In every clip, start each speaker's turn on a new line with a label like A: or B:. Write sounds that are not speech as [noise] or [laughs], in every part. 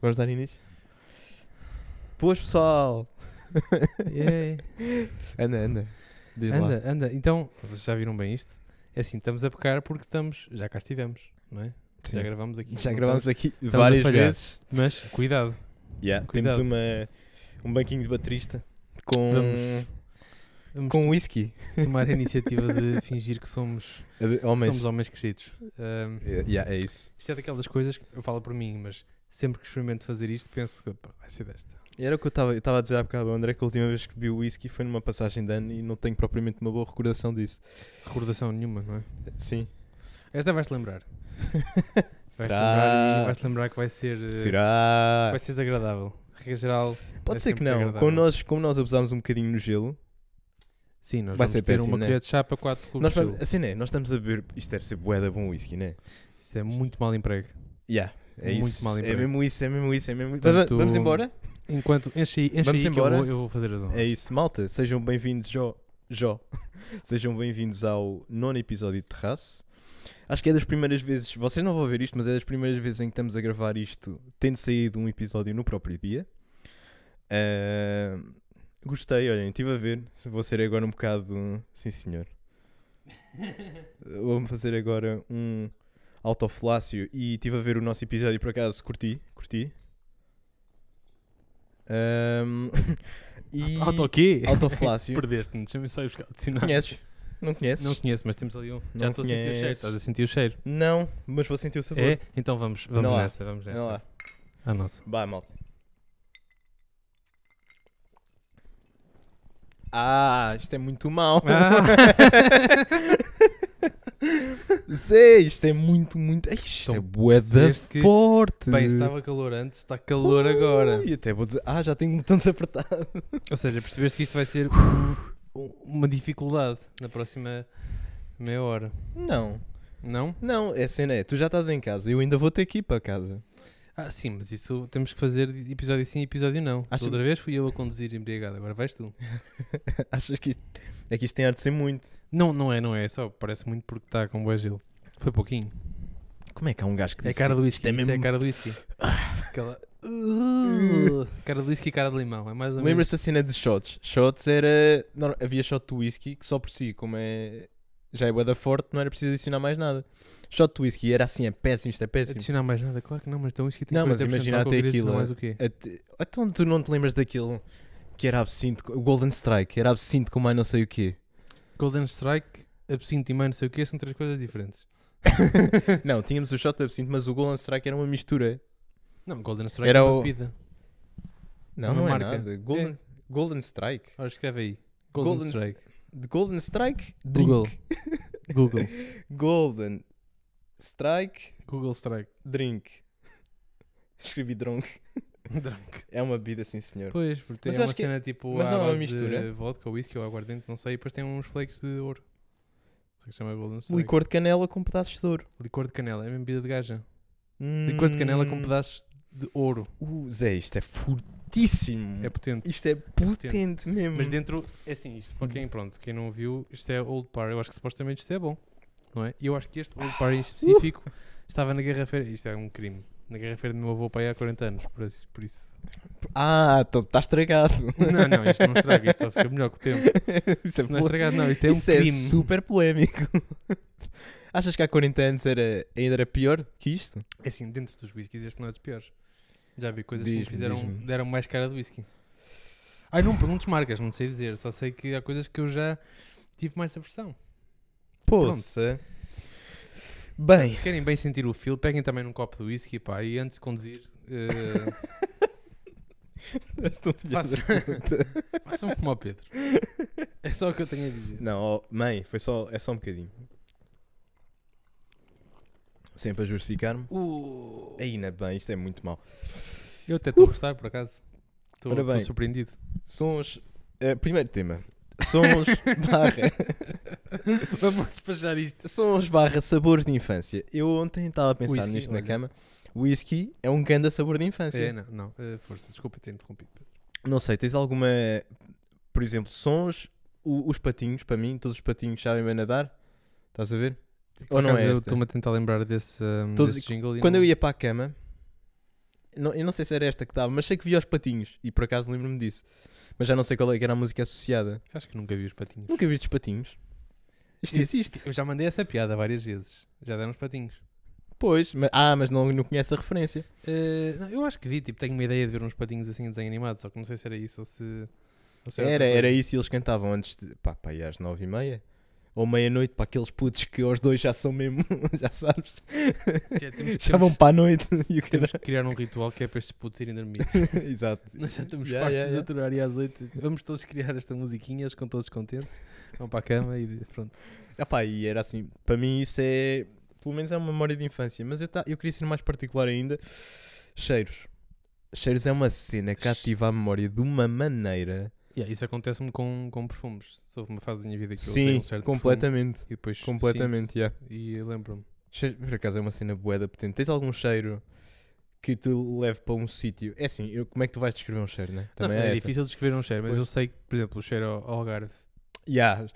A: Vamos dar início? Boas, pessoal!
B: Yay.
A: Anda, anda. [laughs] Diz lá.
B: É, Anda, anda. Então, vocês já viram bem isto? É assim, estamos a pecar porque estamos. Já cá estivemos, não é?
A: Sim.
B: Já gravamos aqui.
A: Já
B: não
A: gravámos aqui
B: a
A: várias
B: falhar.
A: vezes.
B: estamos? Mas cuidado.
A: Yeah,
B: Cuidado.
A: Temos uma, um banquinho de baterista com,
B: Vamos- Vamos
A: com whisky.
B: to- tomar a iniciativa de [laughs] fingir que somos
A: Homens.
B: somos homens crescidos. Ahm,
A: Eh, yeah, é isso.
B: isto é daquelas coisas que eu falo por mim, mas sempre que experimento fazer isto, penso que "Pá, vai ser desta.
A: Era o que eu estava eu estava a dizer há bocado ao André que a última vez que vi o whisky foi numa passagem de ano e não tenho propriamente uma boa recordação disso.
B: Recordação nenhuma, não é?
A: Sim.
B: Esta vais-te lembrar. Vais-te lembrar,
A: Será?
B: e vais-te lembrar que vai ser. eh,
A: Será?
B: Vai ser desagradável. Regra geral,
A: Pode
B: é
A: ser que
B: sempre
A: não.
B: desagradável.
A: Como nós, como nós abusámos um bocadinho no gelo,
B: sim, nós
A: Vai
B: vamos
A: ser
B: ter
A: péssimo,
B: uma
A: né?
B: colher de chapa, quatro cubos
A: nós
B: de gelo.
A: vamos, assim, né? Nós estamos a beber. Isto deve ser bué da bom whisky, né?
B: Isso é muito mal emprego.
A: Yeah. É
B: Muito
A: isso.
B: mal
A: é
B: emprego.
A: mesmo isso, é mesmo isso, é mesmo isso.
B: Portanto,
A: Vamos embora?
B: Enquanto enche aí, enche
A: Vamos
B: aí que eu
A: embora?
B: vou, eu vou fazer as honras.
A: É isso, malta. Sejam bem-vindos, Jó. Jó. [laughs] Sejam bem-vindos ao nono episódio de Terraço. Acho que é das primeiras vezes, vocês não vão ver isto, mas é das primeiras vezes em que estamos a gravar isto, tendo saído um episódio no próprio dia. Ah, gostei, olhem, estive a ver. Vou ser agora um bocado. Sim, senhor. Vou-me fazer agora um autoflácio e estive a ver o nosso episódio por acaso, curti, curti. Ahm, [laughs] e...
B: Auto quê? [laughs]
A: Autoflácio.
B: Perdeste-me, deixa-me só ir buscar o dicionário.
A: Conheces? Não conheces?
B: Não conheço, mas temos ali um. Já
A: Não
B: estou a sentir o cheiro.
A: conheces.
B: Estás a sentir o cheiro.
A: Não, mas vou sentir o sabor.
B: É? Então vamos, vamos
A: Não há.
B: nessa, vamos
A: Não
B: nessa.
A: há.
B: Ah, nossa.
A: Vai, malta. Ah, isto é muito mau.
B: Ah.
A: [laughs] Sei, isto é muito, muito. Ei, Isto
B: Então,
A: é bué da
B: percebeste que-
A: forte.
B: Bem, estava calor antes, está calor agora.
A: E até vou dizer, ah, já tenho um tanto apertado.
B: Ou seja, percebeste que isto vai ser uh, uma dificuldade na próxima meia hora.
A: Não,
B: Não?
A: não, é cena é, tu já estás em casa, eu ainda vou ter que ir para casa.
B: Ah, sim, mas isso temos que fazer episódio sim, episódio não.
A: Acho-
B: Outra vez fui eu a conduzir embriagado, agora vais tu.
A: [laughs] Achas que isto, é que isto tem ar de ser muito.
B: Não, não é, não é, só parece muito porque está com boa gelo. Foi pouquinho.
A: Como é que há um gajo que
B: É
A: disse
B: cara do
A: isto
B: whisky,
A: é
B: isso é
A: mesmo- Uh.
B: cara do whisky. Aquela... cara do whisky e cara de limão, é mais ou menos.
A: Lembras-te assim? da cena de shots? Shots era. não, havia shot de whisky que só por si, como é. Já é bué da forte, não era preciso adicionar mais nada. Shot de whisky era assim, é péssimo, isto é péssimo.
B: Adicionar mais nada, claro que não, mas então whisky tem
A: Não, mas
B: 40% de
A: imagina
B: álcool,
A: até
B: queria
A: aquilo,
B: adicionar
A: é.
B: mais o quê?
A: Até- Então tu não te lembras daquilo que era absinto, o Golden Strike, era absinto com mais não sei o
B: [laughs]
A: quê.
B: Golden Strike, absinto e mais não sei o quê, são três coisas diferentes.
A: não, tínhamos o shot de absinto, mas o Golden Strike era uma mistura.
B: Não, Golden Strike
A: Era
B: é uma
A: o-
B: bebida.
A: Não,
B: Uma
A: não é
B: marca.
A: nada. Golden, Golden Strike.
B: Ora, escreve aí. Golden,
A: Golden
B: Strike.
A: De Golden Strike?
B: Google.
A: [laughs] Drink.
B: Google.
A: Golden Strike
B: Google Strike. [laughs]
A: Drink. [laughs] Escrevi drunk.
B: Drunk.
A: É uma bebida, sim senhor.
B: Pois, porque
A: Mas
B: é
A: eu
B: uma
A: acho que-
B: cena tipo
A: mas não
B: à
A: é uma
B: base de
A: mistura?
B: vodka ou whisky ou aguardente, não sei, e depois tem uns flakes de ouro. Por isso que se chama Golden Strike.
A: Licor de canela com pedaços de ouro.
B: Licor de canela, é mesmo bebida de gaja. Licor de canela com
A: Hum.
B: pedaços de ouro.
A: Uh, Zé, isto é fortíssimo.
B: É potente.
A: Isto é potente, mesmo.
B: Mas dentro, é assim, isto
A: Hum.
B: para quem, pronto, quem não viu, isto é Old Par. Eu acho que supostamente isto é bom, não é? E eu acho que este Old
A: Uh!
B: Par em específico estava na garrafeira. Isto é um crime. Na garrafeira do meu avô pai há 40 anos, por isso. Por isso.
A: Ah, então está estragado.
B: Não, não, isto não estraga, isto só fica melhor com
A: [laughs]
B: o tempo.
A: Isto é,
B: Isto não
A: pole-
B: é estragado, não, isto é um
A: Isso
B: crime.
A: super polémico. [laughs] Achas que há 40 anos era, ainda era pior que isto?
B: É assim, dentro dos whiskies este não é dos piores. Já vi coisas que me
A: Diz-me,
B: fizeram,
A: diz-me.
B: deram mais cara de whisky. Ai, não perguntes marcas, não sei dizer. Só sei que há coisas que eu já tive mais aversão.
A: Poça. [laughs] Bem,
B: Se querem bem sentir o feel, peguem também num copo de whisky, pá, e antes de conduzir, eh,
A: [laughs]
B: façam, façam como ao um Pedro. É só o que eu tenho a dizer.
A: não, ó, mãe, foi só, é só um bocadinho. Sempre a justificar-me. Ainda bem, isto é muito mau.
B: Eu até estou a gostar, por acaso. Estou
A: Uh! Ora
B: estou
A: bem. [laughs]
B: surpreendido.
A: Sons. eh, primeiro tema.
B: [laughs]
A: Sons barra.
B: Vamos despachar isto.
A: Sons barra sabores de infância. Eu ontem estava a pensar
B: Whisky,
A: nisto
B: olha.
A: na cama. Whisky é um grande sabor de infância.
B: É, não, não, eh, força, desculpa ter interrompido.
A: Não sei, tens alguma. Por exemplo, sons. o- os patinhos, para mim, todos os patinhos sabem bem nadar. Estás a ver?
B: Por
A: Ou não
B: acaso
A: é?
B: eu
A: esta?
B: estou-me a tentar lembrar desse, hum,
A: Todos-
B: desse jingle. e
A: Quando
B: não-
A: eu ia para a cama, não- eu não sei se era esta que dava, mas sei que vi aos patinhos e por acaso lembro-me disso. Mas já não sei qual é que era a música associada.
B: Acho que nunca vi os patinhos.
A: Nunca viste os patinhos? Isto
B: Eu-
A: existe.
B: Eu já mandei essa piada várias vezes. Já deram os patinhos.
A: Pois, mas, ah, mas não, não conhece a referência.
B: Eh, não, eu acho que vi, tipo, tenho uma ideia de ver uns patinhos assim em desenho animado, só que não sei se era isso ou se. ou se outra
A: Era,
B: coisa.
A: era isso e eles cantavam antes de. Pá, pá, aí às nove e meia. Ou meia-noite para aqueles putos que aos dois já são mesmo, [laughs] já sabes,
B: Que é, temos,
A: [laughs] já vão
B: temos,
A: para a noite e o
B: temos
A: caralho.
B: que criar um ritual que é para estes putos
A: [laughs]
B: irem dormir.
A: Exato.
B: [laughs] Nós já estamos
A: Yeah,
B: fartos
A: yeah,
B: de
A: yeah.
B: aturar e às oito. Vamos todos criar esta musiquinha, eles ficam todos contentes. Vão para a cama e pronto.
A: Ah, pá, e era assim, para mim isso é. Pelo menos é uma memória de infância, mas eu, ta- eu queria ser mais particular ainda. Cheiros. Cheiros é uma cena que ativa a memória de uma maneira.
B: Yeah, isso acontece-me com, com perfumes. Só Houve uma fase da minha vida que eu usei
A: Sim,
B: um certo
A: completamente.
B: perfume e depois sinto
A: Completamente, yeah.
B: e eu lembro-me.
A: Cheiro- por acaso é uma cena boeda potente. Tens algum cheiro que te leve para um sítio? É assim, eu- como é que tu vais descrever um cheiro, né?
B: Não,
A: Também
B: é
A: é, essa.
B: difícil descrever um cheiro, mas
A: Pois.
B: eu sei, que, por exemplo, o cheiro ao ao Algarve.
A: Yeah.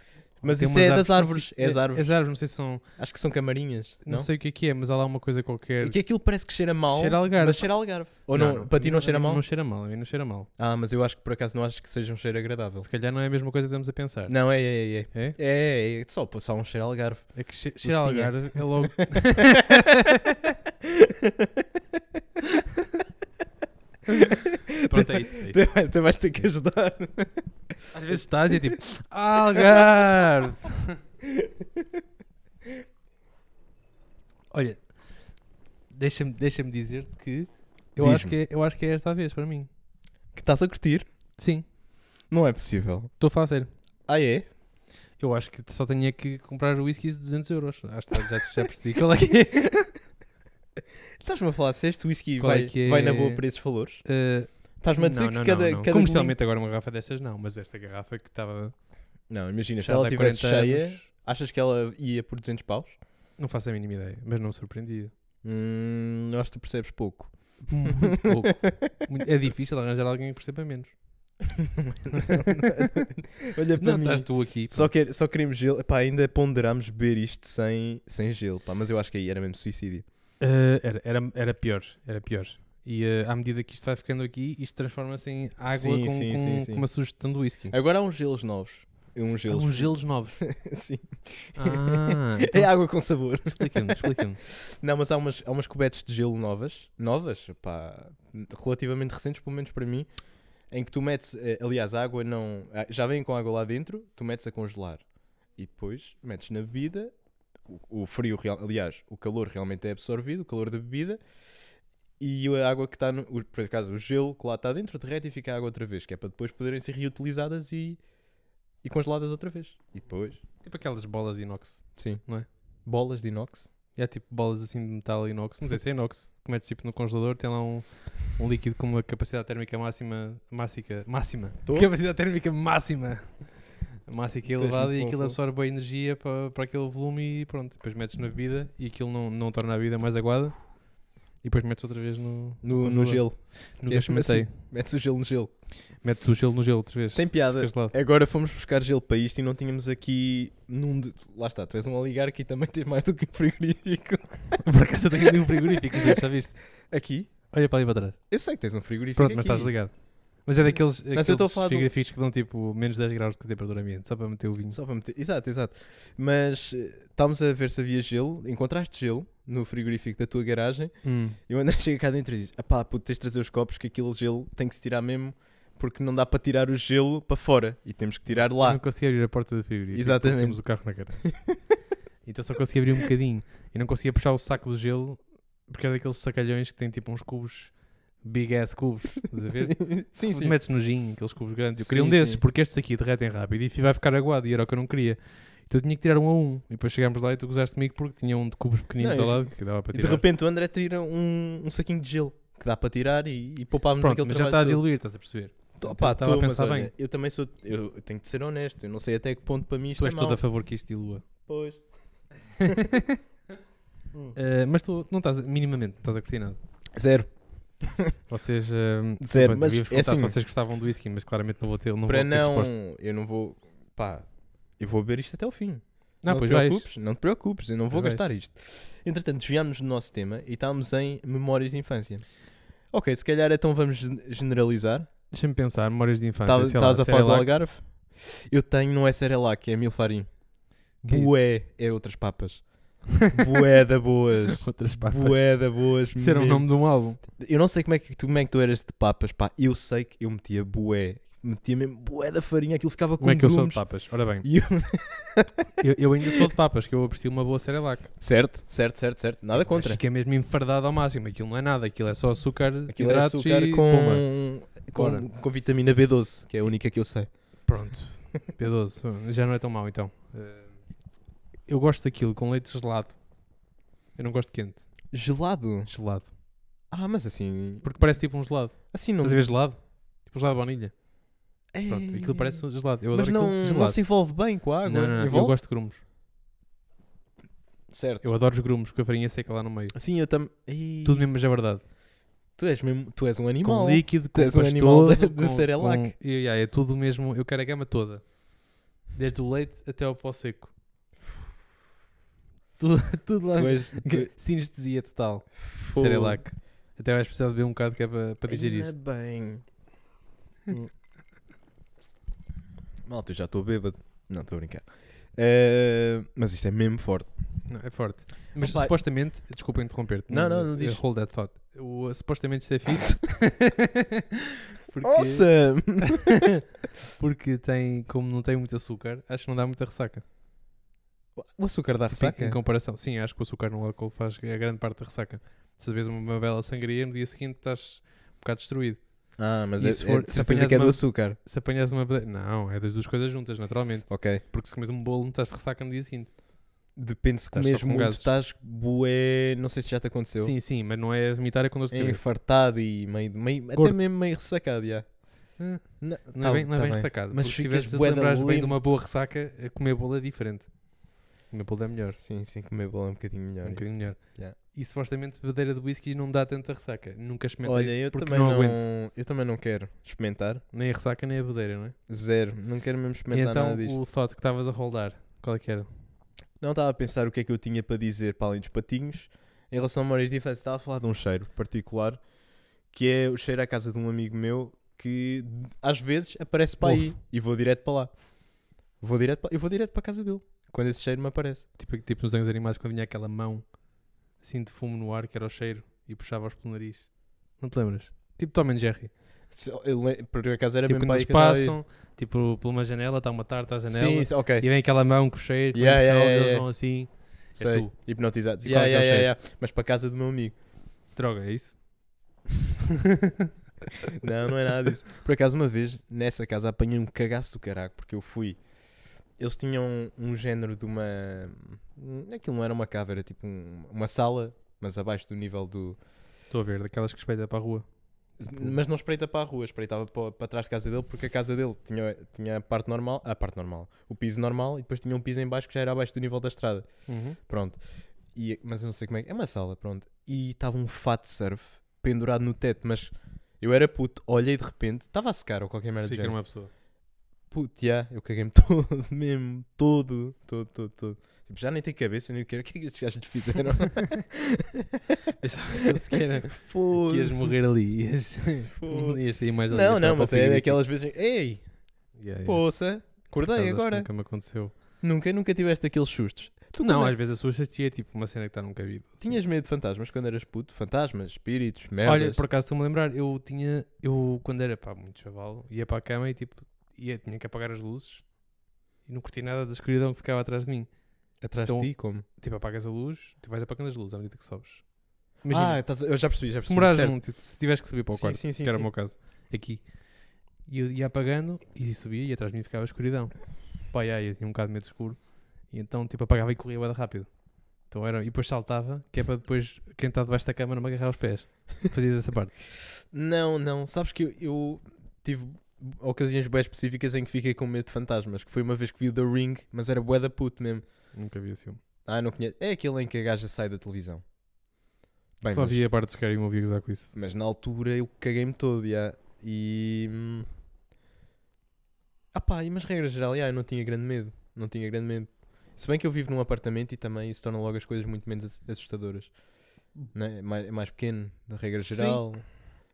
A: Mas
B: Tem
A: isso
B: umas
A: é das
B: que
A: árvores.
B: não sei-
A: É as árvores.
B: As árvores, não sei se são.
A: Acho que são camarinhas.
B: Não, sei o que é que é, mas há lá uma coisa qualquer.
A: E que aquilo parece que cheira mal.
B: Cheira a algarve.
A: Mas cheira a algarve. Ou não, para ti
B: a
A: não
B: mim-
A: cheira
B: a mim
A: mal?
B: Não cheira mal, a mim não cheira mal.
A: Ah, mas eu acho que por acaso não acho que seja um cheiro agradável.
B: Se calhar não é a mesma coisa que estamos a pensar.
A: Não, é, é, é. é.
B: É?
A: É, é, é, só, só um cheiro a algarve.
B: É que che cheira a
A: cetim é.
B: algarve
A: [laughs]
B: é logo. Pronto, é isso. é isso.
A: Tu vai- tu vais ter que ajudar.
B: Às vezes estás e é tipo, algarve! Olha, deixa-me deixa dizer que eu acho que,
A: Diz-me.
B: é, eu acho que é esta a vez para mim.
A: Que estás a curtir?
B: Sim,
A: Não é possível.
B: estou a falar sério.
A: Ah, é?
B: Eu acho que só tenho é que comprar whiskies de 200 euros. Acho que já, já percebi qual é que é.
A: [laughs] Estás-me a falar se este whisky
B: Qual é
A: vai,
B: que
A: vai na
B: é?
A: boa para esses valores?
B: [laughs] Eh,
A: Estás-me a dizer
B: não,
A: que
B: não,
A: cada,
B: não, não.
A: cada
B: Comercialmente agora uma garrafa destas não, mas esta garrafa que estava...
A: bolinho- Não, imagina, se
B: fechada
A: ela
B: há
A: estivesse
B: 40
A: cheia,
B: anos,
A: achas que ela ia por 200 paus?
B: Não faço a mínima ideia, mas não me
A: [laughs]
B: surpreendia.
A: Hum, acho que tu percebes pouco.
B: Muito pouco. Muito- É difícil arranjar alguém que perceba menos.
A: [laughs] Olha para
B: Não,
A: mim.
B: estás tu aqui.
A: Só, quer, só queremos gelo. Epá, ainda ponderámos beber isto sem, sem gelo. Pá, mas eu acho que aí era mesmo suicídio.
B: Eh, era, era, era pior, era pior. E eh, à medida que isto vai ficando aqui, isto transforma-se em água
A: Sim,
B: com,
A: sim,
B: com-
A: sim, sim.
B: com uma sugestão de whisky.
A: Agora há uns gelos novos. Um
B: Há
A: gelos.
B: uns gelos [laughs] novos.
A: [laughs] Sim.
B: Ah,
A: É
B: então
A: água com sabor.
B: explica-me, explica-me.
A: Não, mas há umas, há umas cubetes de gelo novas. Novas? Pá, relativamente recentes, pelo menos para mim. Em que tu metes. eh, Aliás, a água não. ah, Já vem com água lá dentro, tu metes a congelar. E depois metes na bebida. O, o frio, real, aliás, o calor realmente é absorvido, o calor da bebida. E a água que está no. o- Por acaso, o gelo que lá está dentro derrete e fica a água outra vez. Que é para depois poderem ser reutilizadas e. E congeladas outra vez. E depois.
B: Tipo aquelas bolas de inox.
A: Sim.
B: Não é?
A: Bolas de inox.
B: E há tipo bolas assim de metal inox, não sei se é inox, que metes tipo no congelador, tem lá um, um líquido com uma capacidade térmica máxima, máxima, máxima,
A: Tô?
B: capacidade térmica máxima, máxima é
A: muito
B: elevada e
A: bom,
B: aquilo
A: Paulo.
B: absorve a energia para, para aquele volume e pronto, depois metes na bebida e aquilo não, não torna a bebida mais aguada e depois metes outra vez no,
A: No, no
B: congelador.
A: gelo.
B: no
A: que é
B: que
A: mesmo
B: metei,
A: Metes o gelo no gelo.
B: metes o gelo no gelo outra vez,
A: Tem piada.
B: ficas de lado. [laughs]
A: Agora fomos buscar gelo para isto e não tínhamos aqui num. De... Lá está, tu és um oligarca e também tens mais do que um frigorífico.
B: [laughs] por acaso eu tenho ali um frigorífico, não sei se já viste,
A: Aqui?
B: olha para ali para trás.
A: Eu sei que tens um frigorífico.
B: Pronto, mas
A: aqui.
B: estás ligado. Mas é daqueles,
A: Mas eu estou a
B: aqueles
A: falar do-
B: frigoríficos que dão tipo menos 10 graus de temperatura ambiente, só para meter o vinho.
A: Só para meter. Exato, exato. Mas eh, estávamos a ver se havia gelo. Encontraste gelo no frigorífico da tua garagem.
B: Hum.
A: E o André chega cá dentro e diz: Ah pá, puto, tens de trazer os copos que aquele gelo tem que se tirar mesmo. Porque não dá para tirar o gelo para fora e temos que tirar
B: Eu
A: lá.
B: Não consegui abrir a porta do frigorífico.
A: Exatamente.
B: porque tipo, Temos o carro
A: [laughs]
B: na garagem. então só consegui abrir um bocadinho. E não conseguia puxar o saco do gelo, porque é daqueles sacalhões que têm tipo uns cubos, big ass cubos, estás a ver?
A: [laughs]
B: Tipo,
A: sim, sim.
B: Metes no gin, aqueles cubos grandes. Eu
A: Sim,
B: queria um desses,
A: sim.
B: porque estes aqui derretem rápido e vai ficar aguado, e era o que eu não queria. Então eu tinha que tirar um a um. E depois chegámos lá e tu gozaste comigo porque tinha um de cubos pequeninos
A: Não,
B: ao
A: eu-
B: lado que dava para
A: E
B: tirar.
A: de repente o André tira um, um saquinho de gelo que dá para tirar e, e poupámos
B: Pronto,
A: aquele
B: mas já
A: trabalho
B: está a
A: todo.
B: diluir, estás a perceber?
A: Tô,
B: Então,
A: pá,
B: estava a
A: tô, mas
B: pensar
A: olha,
B: bem.
A: Eu também sou. Eu eu tenho de ser honesto. Eu não sei até que ponto para mim isto
B: Tu és
A: é
B: todo
A: mau.
B: a favor que isto dilua.
A: Pois. Hum.
B: Eh, mas tu não estás, minimamente, não estás a curtir nada.
A: Zero.
B: Vocês. eh,
A: Zero,
B: pronto,
A: mas
B: eu ia vos
A: é
B: perguntar
A: assim.
B: se vocês gostavam do whisky, mas claramente não vou ter, não
A: Para
B: vou ter
A: não.
B: resposta.
A: Eu não vou. Pá. Eu vou beber isto até ao fim.
B: Não,
A: te
B: pois vais.
A: preocupes. Não te preocupes. Eu não vou
B: Pois é
A: gastar isto. Entretanto, desviámos do nosso tema e estávamos em memórias de infância. Ok, se calhar então vamos gen- generalizar.
B: Deixa-me pensar, memórias de infância. sei é lá,
A: Estás a falar do
B: Cerelac.
A: Algarve? Eu tenho, não é Cerelac, é Milfarim.
B: Que é isso?
A: Bué é outras papas. Bué
B: [laughs]
A: da boas. [laughs]
B: Outras papas.
A: Bué da boas.
B: Isso era o
A: mesmo.
B: nome de um álbum.
A: Eu não sei como é, que tu, como é que tu eras de papas, pá. Eu sei que eu metia bué. Metia mesmo bué da farinha, aquilo ficava com
B: Como é que eu sou
A: grumos.
B: de papas? Ora bem,
A: E eu-
B: [laughs] eu, eu ainda sou de papas, que eu aprecio uma boa Cerelac.
A: Certo, certo, certo, certo. Nada contra.
B: Acho que é mesmo enfardado ao máximo. Aquilo não é nada, aquilo é só açúcar,
A: Aquilo era
B: hidratos
A: açúcar
B: e puma.
A: com, com, com vitamina B12, que é a única que eu sei. [laughs]
B: Pronto, P12, já não é tão mau então. Eh, Eu gosto daquilo com leite gelado. Eu não gosto quente,
A: Gelado?
B: gelado.
A: Ah, mas assim.
B: Porque parece tipo um gelado.
A: Assim não.
B: Estás a ver gelado? Tipo gelado de baunilha.
A: Ei.
B: Pronto, aquilo parece um gelado. Eu
A: Mas
B: adoro
A: não,
B: aquilo
A: não
B: gelado.
A: se envolve bem com a água.
B: Não, não, não, eu
A: Envolve?
B: gosto de grumos.
A: Certo.
B: Eu adoro os grumos com a farinha seca lá no meio.
A: Assim eu também. Ei,
B: Tudo mesmo, mas é verdade.
A: Tu és mesmo. Tu és um animal. [laughs]
B: Com líquido, com
A: Tu és um
B: pastoso,
A: animal de- [laughs] de
B: com-
A: Cerelac.
B: com- e- e- é tudo mesmo. Eu quero a gama toda. Desde o leite até ao pó seco. [laughs] Tudo, tudo lá.
A: Tu és. tu-
B: Sinestesia total.
A: Fogo.
B: Cerelac. Até vais precisar de beber um bocado que é para, para digerir.
A: Ainda bem. Hum. [laughs] Malta, eu já estou bêbado. Não, estou a brincar. Eh, mas isto é mesmo forte.
B: Não, é forte. Mas
A: Opa.
B: supostamente, desculpa interromper-te.
A: Não, não, não
B: eh,
A: diz.
B: Hold that thought. O, supostamente isto é
A: [laughs]
B: fixe. porque,
A: Awesome!
B: porque tem, como não tem muito açúcar, acho que não dá muita ressaca.
A: [laughs] O açúcar dá
B: Tipo, em-
A: ressaca?
B: Em comparação, sim, acho que o açúcar no álcool faz a grande parte da ressaca. Se bebes uma, uma bela sangria, no dia seguinte estás um bocado destruído.
A: Ah, mas
B: E
A: é,
B: se
A: é
B: for-
A: de
B: se
A: certeza
B: apanhas
A: que é do
B: uma-
A: açúcar.
B: Se apanhas uma. bela- Não, é das duas coisas juntas, naturalmente.
A: Ok.
B: Porque se comes um bolo, não estás de ressaca no dia seguinte.
A: Depende se
B: Estás Tá só
A: comes
B: com
A: muito,
B: gases.
A: estás bué. Não sei se já te aconteceu.
B: Sim, sim, mas não é vomitar, é com dor de
A: É
B: cabeça.
A: infartado e meio. meio até
B: Gordo.
A: mesmo meio ressacado, já.
B: Ah,
A: Não,
B: Não
A: tá-
B: é bem, não é
A: tá
B: bem ressacado.
A: Mas
B: Mas se
A: ficas
B: tivesse de
A: bué da
B: lembrares bem de uma
A: lento.
B: boa ressaca, eh, comer bolo é diferente. Comer bolo é melhor.
A: Sim, sim, comer bola é um bocadinho
B: É
A: melhor.
B: um bocadinho melhor.
A: Yeah.
B: E supostamente bebedeira de whisky não dá tanta ressaca. Nunca experimentei.
A: Olha, eu
B: porque
A: também
B: não
A: não,
B: aguento.
A: eu também não quero experimentar.
B: Nem a ressaca, nem a bebedeira, não é?
A: Zero. Não quero mesmo
B: E
A: experimentar
B: então
A: nada disto.
B: o thought que estavas a roldar, qual é que era?
A: Não estava a pensar o que é que eu tinha para dizer para além dos patinhos. Em relação a memórias de infância, estava a falar de um cheiro particular, que é o cheiro à casa de um amigo meu, que às vezes aparece para aí e vou direto para lá. Vou direto para, eu vou direto para a casa dele, quando esse cheiro me aparece.
B: Tipo, tipo nos desenhos animados, quando vinha aquela mão assim de fumo no ar, que era o cheiro, e puxava-os pelo nariz. Não te lembras? Tipo Tom and Jerry.
A: Se- eu le- Por acaso era
B: tipo,
A: mesmo
B: quando
A: para aí
B: eles
A: que eu estava a ir.
B: passam, tipo, por uma janela, está uma tarta à janela,
A: Sim, sim, ok.
B: e vem aquela mão com o cheiro, que
A: Yeah,
B: vem
A: yeah,
B: puxá-los,
A: yeah,
B: eles
A: yeah.
B: vão assim. És
A: Sei.
B: tu.
A: Hipnotizados.
B: E qual é
A: Yeah,
B: que é o
A: yeah, yeah, yeah. Mas para a casa do meu amigo.
B: Droga, é isso?
A: [laughs] Não, não é nada disso. Por acaso, uma vez, nessa casa, apanhei um cagaço do caraco, porque eu fui. Eles tinham um género de uma. hum, Aquilo não era uma cava, era tipo um- uma sala, mas abaixo do nível do.
B: Estou a ver, daquelas que espeita para a rua.
A: Mas não espreita para a rua, espreitava para, para trás de casa dele, porque a casa dele tinha, tinha a parte normal, a parte normal, o piso normal, e depois tinha um piso em baixo que já era abaixo do nível da estrada. Pronto. E- mas eu não sei como é que. É uma sala, pronto. E estava um fato surf pendurado no teto, mas eu era puto, olhei de repente, estava a secar ou qualquer merda do
B: Fica
A: género.
B: numa pessoa.
A: Puto, já, eu caguei-me [laughs] todo mesmo, todo, todo, todo, todo. Tipo, já nem tem cabeça, nem o que era. O que é que estes gajos lhe fizeram?
B: [laughs] Pensavas que ele sequer era- que ias
A: Foda-se.
B: morrer ali, ias,
A: Foda-se.
B: ias sair mais ali.
A: Não,
B: ficar
A: não,
B: para
A: mas
B: o É.
A: é
B: frigorífico.
A: daquelas vezes. em- Ei,
B: Yeah, yeah.
A: poça,
B: Por
A: acordei
B: acaso, acho é que
A: agora.
B: Nunca me aconteceu.
A: Nunca, nunca tiveste aqueles sustos. Tu
B: não,
A: quando
B: às vezes assustas-te e é tipo uma cena que está num cabido.
A: Tinhas medo de fantasmas quando eras puto? Fantasmas, espíritos, merdas.
B: Olha, por acaso estou-me a lembrar, eu tinha, eu quando era pá, muito chaval, ia para a cama e tipo, ia, tinha que apagar as luzes e não curti nada da escuridão que ficava atrás de mim.
A: Atrás
B: então-
A: de ti, como?
B: Tipo, apagas a luz, tu vais apagando as luzes à medida que sobes.
A: ah,
B: Imagina,
A: estás a- eu já percebi, já
B: se
A: percebi.
B: morares
A: certo.
B: num, tipo, se tiveres que subir para o
A: Sim,
B: quarto,
A: sim, sim,
B: que era
A: sim.
B: o meu caso, aqui, e eu ia apagando e subia e atrás de mim ficava a escuridão. Pá, e aí eu tinha um bocado de medo de escuro e então tipo apagava e corria bada rápido. Então era, e depois saltava, que é para depois quem está debaixo da cama não me agarrar os pés. Fazias essa parte.
A: Não, não. Sabes que eu, eu tive ocasiões bem específicas em que fiquei com medo de fantasmas. Que foi uma vez que vi o The Ring, mas era bué da puto mesmo.
B: [laughs] Nunca vi assim.
A: Ah, não conheço. É aquele em que a gaja sai da televisão. Bem,
B: Só
A: mas,
B: vi a parte do Scary e me ouvi gozar com isso.
A: mas na altura eu caguei-me todo, já. E... hum, Ah pá, e mas regra geral, já, eu não tinha grande medo. Não tinha grande medo. Se bem que eu vivo num apartamento e também isso torna logo as coisas muito menos ass- assustadoras. Né? É mais, é mais pequeno, na regra
B: Sim.
A: geral.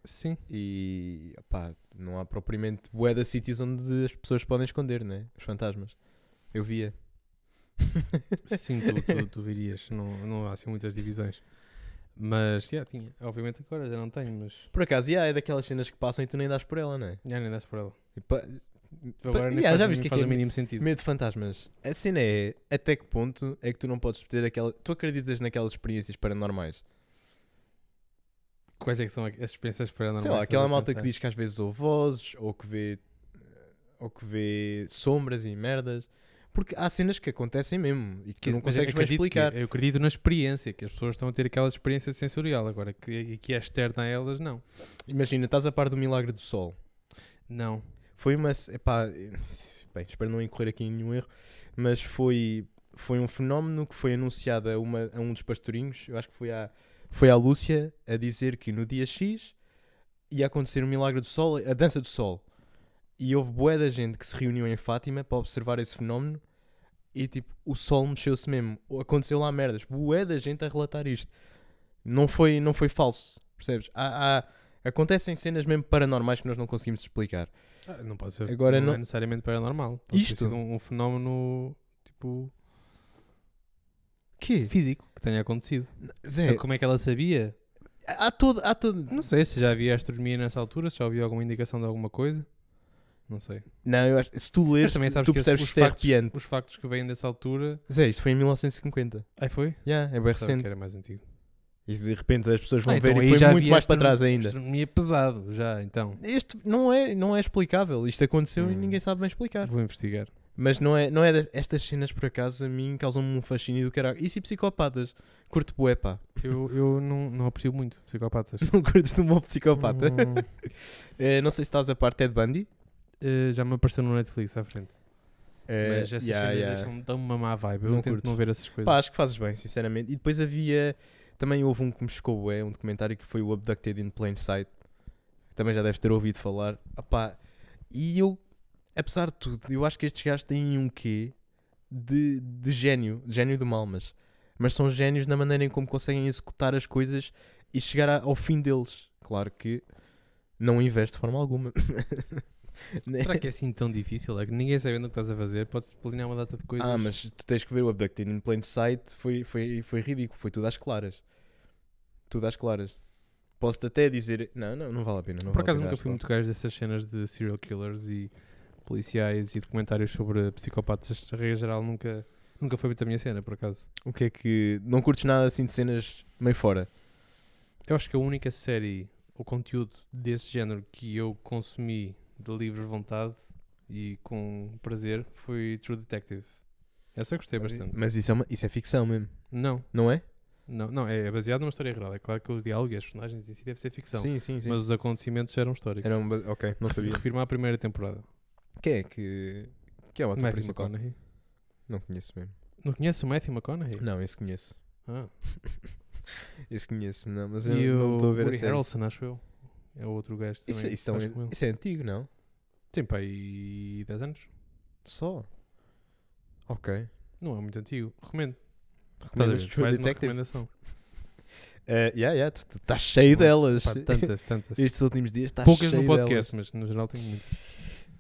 B: Sim.
A: E pá, não há propriamente bué de sítios onde as pessoas podem esconder, né? Os fantasmas. Eu via.
B: [laughs] Sim, tu, tu, tu virias. Não, não há assim muitas divisões. Mas, já tinha. Obviamente agora já não tenho, mas.
A: [laughs] Por acaso, yeah, é daquelas cenas que passam e tu nem dás por ela, né?
B: Já nem dá por ela.
A: E pá,
B: Agora nem
A: yeah,
B: faz,
A: já
B: já
A: viste que
B: faz
A: aqui
B: o
A: é-
B: mínimo sentido.
A: Medo de fantasmas. A cena é até que ponto é que tu não podes ter aquela. Tu acreditas naquelas experiências paranormais?
B: Quais é que são as experiências paranormais?
A: Sei lá,
B: que
A: aquela
B: estás a
A: malta que
B: pensar?
A: diz que às vezes ouve vozes ou que vê. ou que vê sombras e merdas. Porque há cenas que acontecem mesmo e que tu não
B: Mas eu
A: consegues bem
B: acredito que- é-
A: explicar.
B: eu acredito na experiência, que as pessoas estão a ter aquela experiência sensorial. Agora, que, que é externa a elas, não.
A: Imagina, estás a par do milagre do sol.
B: Não.
A: Foi uma. c- Epá, bem, espero não incorrer aqui em nenhum erro, mas foi, foi um fenómeno que foi anunciado a, uma, a um dos pastorinhos, eu acho que foi à, foi à Lúcia, a dizer que no dia X ia acontecer o milagre do sol, a dança do sol. E houve bué da gente que se reuniu em Fátima para observar esse fenómeno e tipo, o sol mexeu-se mesmo. Ou Aconteceu lá merdas. Bué da gente a relatar isto. Não foi, não foi falso, percebes? Há- há- acontecem cenas mesmo paranormais que nós não conseguimos explicar.
B: Ah, não pode ser.
A: Agora
B: não,
A: não-
B: é necessariamente paranormal. Pode
A: Isto?
B: Ter sido um, um fenómeno tipo
A: Que?
B: físico que tenha acontecido.
A: Zé,
B: Como é que ela sabia?
A: há todo, há todo.
B: Não sei se já havia astronomia nessa altura, se já havia alguma indicação de alguma coisa. Não sei.
A: Não, eu acho. Se tu
B: Mas
A: lês,
B: também sabes
A: tu
B: que os,
A: percebes que
B: os
A: isto é
B: factos,
A: arrepiante.
B: os factos que vêm dessa altura.
A: Zé, isto foi em 1950.
B: Aí foi?
A: Yeah, é bem
B: Pensava que
A: recente.
B: era mais antigo.
A: E de repente as pessoas vão
B: Ah,
A: ver
B: então
A: e
B: aí
A: foi
B: já
A: muito
B: havia
A: mais para
B: astro-
A: trás ainda.
B: Astronomia pesado, já então.
A: Isto não é, não é explicável. Isto aconteceu e
B: Hum.
A: ninguém sabe bem explicar.
B: Vou investigar.
A: Mas não é, não é das- estas cenas por acaso a mim causam-me um fascínio do caralho. Isso e psicopatas. Curto bué, pá. [laughs]
B: Eu, eu não, não aprecio muito psicopatas.
A: Não curtes de um bom psicopata.
B: Não-
A: Eh, não sei se estás a par de Ted Bundy.
B: eh, já me apareceu no Netflix à frente.
A: Eh,
B: Mas essas
A: yeah,
B: cenas
A: yeah.
B: deixam-me dão uma má vibe. Eu
A: Não
B: tento
A: curto.
B: não ver essas coisas.
A: Pá, acho que fazes bem, sinceramente. E depois havia. Também houve um que me chocou, é um documentário que foi o Abducted in Plain Sight. Também já deves ter ouvido falar. Ah, pá, e eu, apesar de tudo, eu acho que estes gajos têm um quê de, de gênio, de gênio do mal, mas, mas são gênios na maneira em como conseguem executar as coisas e chegar a- ao fim deles. Claro que não investe de forma alguma. [laughs]
B: Será que é assim tão difícil? É que ninguém sabendo o que estás a fazer, podes planear uma data de coisas.
A: Ah, mas tu tens que ver o Abducted in Plain Sight foi, foi, foi ridículo, foi tudo às claras. Tudo às claras. Posso-te até dizer. Não, não, não vale a pena. Não
B: Por
A: vale a
B: acaso
A: pena,
B: nunca
A: acho
B: fui muito gajo dessas cenas de serial killers e policiais e documentários sobre psicopatas. A regra geral nunca, nunca foi muito a minha cena, por acaso.
A: que- O que é que. Não curtes nada assim de cenas meio fora?
B: Eu acho que a única série ou conteúdo desse género que eu consumi de livre vontade e com prazer foi True Detective. Essa eu gostei
A: Mas-
B: bastante.
A: Mas isso é, uma- isso é ficção mesmo,
B: Não,
A: não é?
B: não, não, é baseado numa história real. É claro que o diálogo e as personagens em si deve ser ficção.
A: sim, sim, sim.
B: Mas os acontecimentos eram históricos.
A: Era um ba- Ok, não
B: [laughs]
A: sabia.
B: Refirmo à primeira temporada.
A: Quem é que. Quem é o ator
B: Matthew
A: principal?
B: McConaughey.
A: Não conheço mesmo.
B: Não conhece o Matthew McConaughey?
A: Não, esse conheço.
B: Ah.
A: Esse conheço, não, mas eu
B: E
A: não
B: o
A: estou a ver a
B: Woody
A: série.
B: Harrelson, acho eu. É o outro gajo também.
A: Isso, isso,
B: que
A: também-
B: faz com ele.
A: isso é antigo, não?
B: Tem pá aí 10 anos.
A: Só. Ok.
B: Não é muito antigo. Recomendo. Estás a
A: Recomendas
B: ver?
A: True
B: Mais uma
A: Detective?
B: recomendação.
A: Uh, yeah, yeah, tu estás cheio delas.
B: Pá, tantas,
A: [laughs]
B: tantas.
A: Estes últimos dias estás tá cheio
B: Poucas no
A: delas.
B: podcast, mas no geral tenho muito.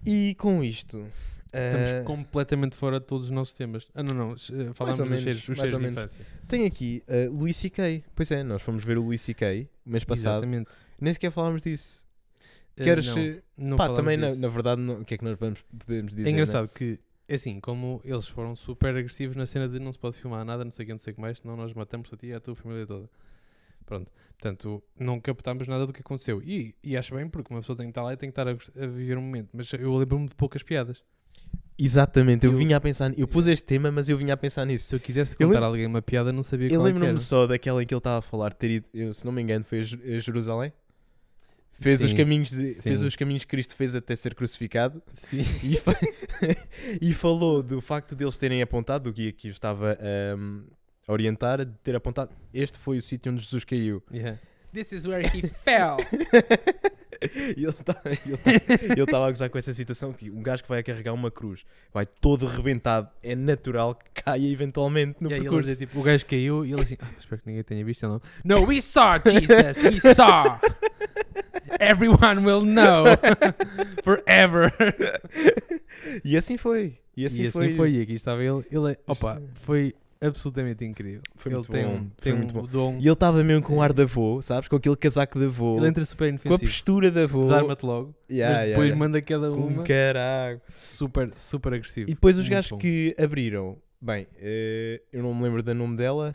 A: E com isto...
B: Estamos
A: uh,
B: completamente fora de todos os nossos temas. Ah, não, não. se- eh, Falámos
A: ou
B: dos
A: menos,
B: cheiros, os
A: mais
B: cheiros
A: ou
B: de
A: menos.
B: infância.
A: Tem aqui uh, Luís C.K. Pois é, nós fomos ver o Luís C.K. mês passado.
B: Exatamente.
A: Nem sequer falámos disso.
B: Eh,
A: Queres...
B: não,
A: uh,
B: não
A: pá,
B: falámos
A: também na,
B: disso.
A: na verdade não- o que é que nós vamos, podemos dizer? né?
B: É engraçado que, é assim, como eles foram super agressivos na cena de não se pode filmar nada, não sei o que, não sei o que mais, senão nós matamos a ti e a tua família toda. Pronto, portanto, não captámos nada do que aconteceu. E, e acho bem, porque uma pessoa tem que estar lá e tem que estar a, gost- a viver um momento. Mas eu lembro-me de poucas piadas.
A: Né? Exatamente, eu,
B: Eu- eh,
A: vinha a pensar... Eu pus este tema, mas eu vinha a pensar nisso.
B: Se eu quisesse
A: Eu
B: contar
A: lembro-
B: a alguém uma piada, não sabia
A: Eu
B: qual é que era.
A: lembro-me só daquela em que ele estava a falar, ter ido, eu, se não me engano, foi a Jer- a Jerusalém. Fez, os
B: Sim,
A: caminhos de- fez
B: sim.
A: os caminhos que Cristo fez até ser crucificado.
B: Sim.
A: E, fa- [laughs] e falou do facto deles terem apontado, o guia que os estava ahm, a orientar, de ter apontado, este foi o sítio onde Jesus caiu.
B: Yeah. This is where he [laughs] fell.
A: [laughs] E ele tá- ele tá- ele estava a gozar com essa situação que um gajo que vai carregar uma cruz, vai todo rebentado, é natural que caia eventualmente no
B: E aí ele
A: percurso.
B: dizia, tipo, o gajo caiu e ele assim, "Ah, espero que ninguém tenha visto, ele não. No, we saw Jesus, we saw. Everyone will
A: [laughs]
B: know. Forever.
A: E assim foi. E assim,
B: e assim foi. E aqui estava ele. Ele, é- opa, foi absolutamente incrível.
A: Foi
B: ele
A: muito
B: tem
A: bom,
B: um,
A: foi
B: tem
A: muito
B: um
A: bom.
B: dom.
A: E ele estava mesmo com o ar da avô, sabes? Com aquele casaco da avô.
B: Ele entra super
A: Com a
B: inofensivo.
A: postura da avô.
B: Desarma-te logo.
A: Yeah,
B: mas
A: yeah,
B: depois
A: yeah.
B: manda cada
A: Com
B: uma.
A: caralho.
B: Super, super agressivo.
A: E depois os
B: Muito
A: gajos
B: bom.
A: que abriram, bem, eh, eu não me lembro do nome dela,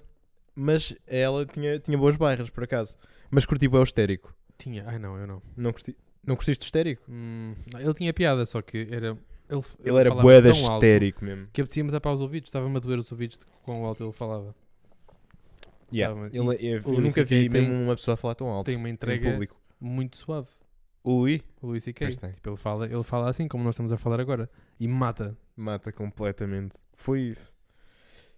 A: mas ela tinha, tinha boas bairras, por acaso. Mas curti bem o histérico.
B: Tinha. Ai não, eu não.
A: Não, curti, não curtiste o histérico?
B: Hum, não, ele tinha piada, só que era. Ele,
A: Ele era
B: falava
A: boeda
B: tão alto
A: histérico mesmo.
B: Que apetecia-me tapar os ouvidos. Estava-me a doer os ouvidos de quão alto ele falava.
A: Yeah.
B: Tava-
A: Ele- Tá, é, eu,
B: o
A: eu
B: Luís
A: nunca vi
B: CK tem-
A: mesmo uma pessoa a falar tão alto.
B: tem uma entrega-
A: Em público.
B: Muito suave.
A: Ui,
B: O Luís C.K.
A: Pois tem.
B: Tipo, ele fala, ele fala assim, como nós estamos a falar agora. E mata.
A: mata completamente. Foi.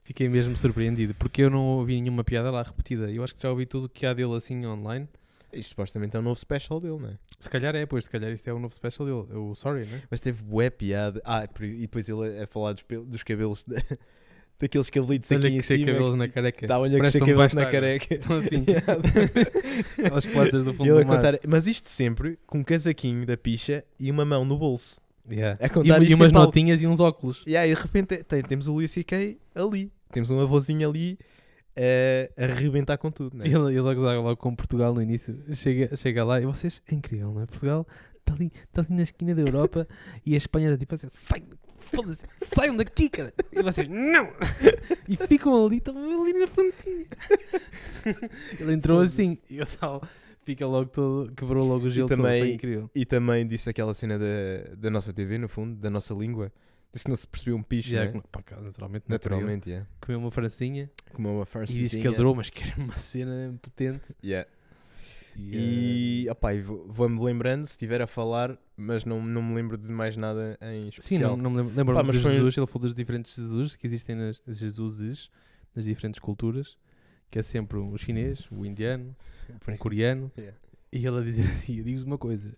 B: Fiquei mesmo surpreendido. Porque eu não ouvi nenhuma piada lá repetida. Eu acho que já ouvi tudo o que há dele assim online.
A: Isto supostamente é um novo special dele, não é?
B: Se calhar é, pois. Se calhar isto é o novo special dele. O Sorry, né?
A: Mas teve bué piada. Ah, por- e depois ele a, a falar dos, pel- dos cabelos. da- [laughs] daqueles cabelitos aqui
B: Olha
A: em
B: que sei
A: cima. é
B: cabelos na
A: que-
B: careca.
A: Dá olha que
B: Parece
A: sei
B: um
A: cabelos na
B: bastardo.
A: careca.
B: Estão
A: [laughs]
B: assim.
A: Yeah. [laughs]
B: Aquelas plantas do fundo
A: E ele a
B: do mar.
A: contar- Mas isto sempre com um casaquinho da picha e uma mão no bolso.
B: Yeah.
A: A É contar
B: e,
A: isto
B: e
A: em
B: umas
A: palco.
B: notinhas e uns óculos.
A: E aí de repente tem- temos o Luís C.K. ali. Temos um avôzinho ali eh, a arrebentar com tudo, né?
B: Ele, ele a gozar logo com Portugal no início. Chega, chega lá e vocês, é incrível, não é? Portugal está ali, tá ali na esquina da Europa [laughs] e a Espanha está tipo assim, sai, foda-se, saiam daqui, cara. E vocês, não! [laughs] E ficam ali, estão ali na frontinha. [laughs] Ele entrou assim e o sal fica logo todo, quebrou logo o gelo todo, foi
A: também-
B: incrível.
A: E também disse aquela cena da, da nossa TV, no fundo, da nossa língua. Disse que não se percebeu um picho,
B: Já,
A: né?
B: com- pá, cara, naturalmente, não teria.
A: Naturalmente, yeah.
B: Comeu uma francinha
A: Como uma
B: e
A: farsa.
B: disse que adorou, mas que era uma cena potente.
A: E, eh, opá, e vou- vou-me lembrando, se estiver a falar, mas não, não me lembro de mais nada em
B: Sim,
A: especial.
B: não, não me lembro. Lembro-me
A: Pá, mas
B: de
A: foi- um-
B: Jesus, ele falou dos diferentes Jesus que existem nas Jesuses, nas diferentes culturas, que é sempre o chinês,
A: [laughs]
B: o indiano, um coreano.
A: Yeah.
B: E ele a dizer assim: eu digo-vos uma coisa,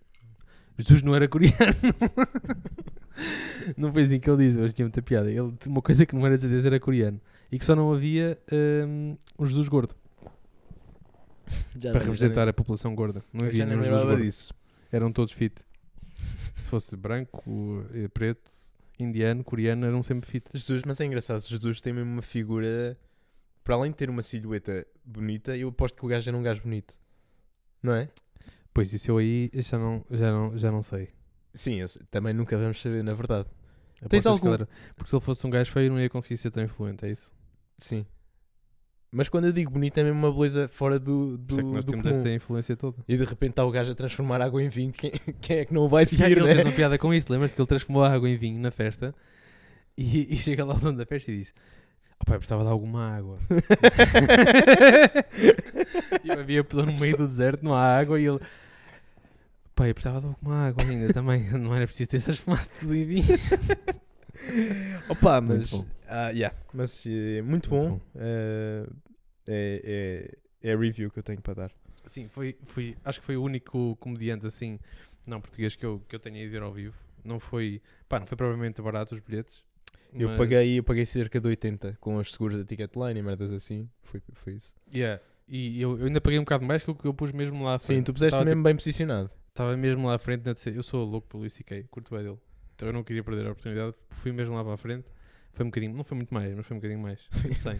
B: Jesus não era coreano. [laughs] não foi assim que ele diz, mas tinha muita piada. Ele, uma coisa que não era de certeza era coreano e que só não havia hum, um Jesus gordo
A: Já não-
B: para
A: já
B: representar a população gorda. Não
A: nem- eu
B: havia
A: Já nem
B: nenhum Jesus
A: lembrava
B: gordo.
A: disso.
B: Eram todos fit. Se fosse branco, eh, preto, indiano, coreano, eram sempre fit.
A: Jesus, mas é engraçado, Jesus tem mesmo uma figura, para além de ter uma silhueta bonita, eu aposto que o gajo era um gajo bonito. Não é?
B: Pois isso eu aí já não, já não, já não sei.
A: Sim, eu sei- também nunca vamos saber, na verdade.
B: Apostas que
A: algum-
B: ele era- Porque se ele fosse um gajo feio, não ia conseguir ser tão influente, é isso?
A: Sim. Mas quando eu digo bonito é mesmo uma beleza fora do,
B: Por isso é que
A: do,
B: nós
A: do
B: temos
A: comum.
B: esta
A: [laughs]
B: influência toda.
A: E de repente está o gajo a transformar água em vinho, quem, [laughs] quem é que não o
B: [laughs]
A: vai
B: E aí
A: seguir,
B: ele fez
A: né?
B: uma piada com isso, lembras-te que ele transformou a água em vinho na festa e, e chega lá ao dono da festa e diz: Oh pai, precisava de alguma
A: [laughs]
B: água. e havia pessoa no meio do deserto, não há água, e ele. Pai, eu precisava de alguma água ainda também. [laughs] Não era preciso ter transformado tudo em vinho.
A: Opa,
B: Muito
A: mas.
B: bom.
A: ah, yeah, mas eh, muito,
B: Muito
A: bom.
B: bom.
A: eh, é, é, é a review que eu tenho para dar.
B: Sim, foi, foi, acho que foi o único comediante assim, não português, que eu, que eu tenha ido ver ao vivo. Não foi, pá, não foi provavelmente barato os bilhetes.
A: Eu,
B: mas-
A: paguei, eu paguei cerca de 80 com os seguros da Ticketline e merdas assim. Foi, foi isso.
B: Yeah, e eu, eu ainda paguei um bocado mais que o que eu pus mesmo lá à frente.
A: Sim, tu puseste
B: Tava,
A: mesmo bem posicionado.
B: Estava mesmo lá à frente na terceira. Eu sou louco pelo Luís C.K., curto bem dele. Então eu não queria perder a oportunidade, fui mesmo lá para a frente. Foi um bocadinho, não foi muito mais, mas foi um bocadinho mais. Tipo 100.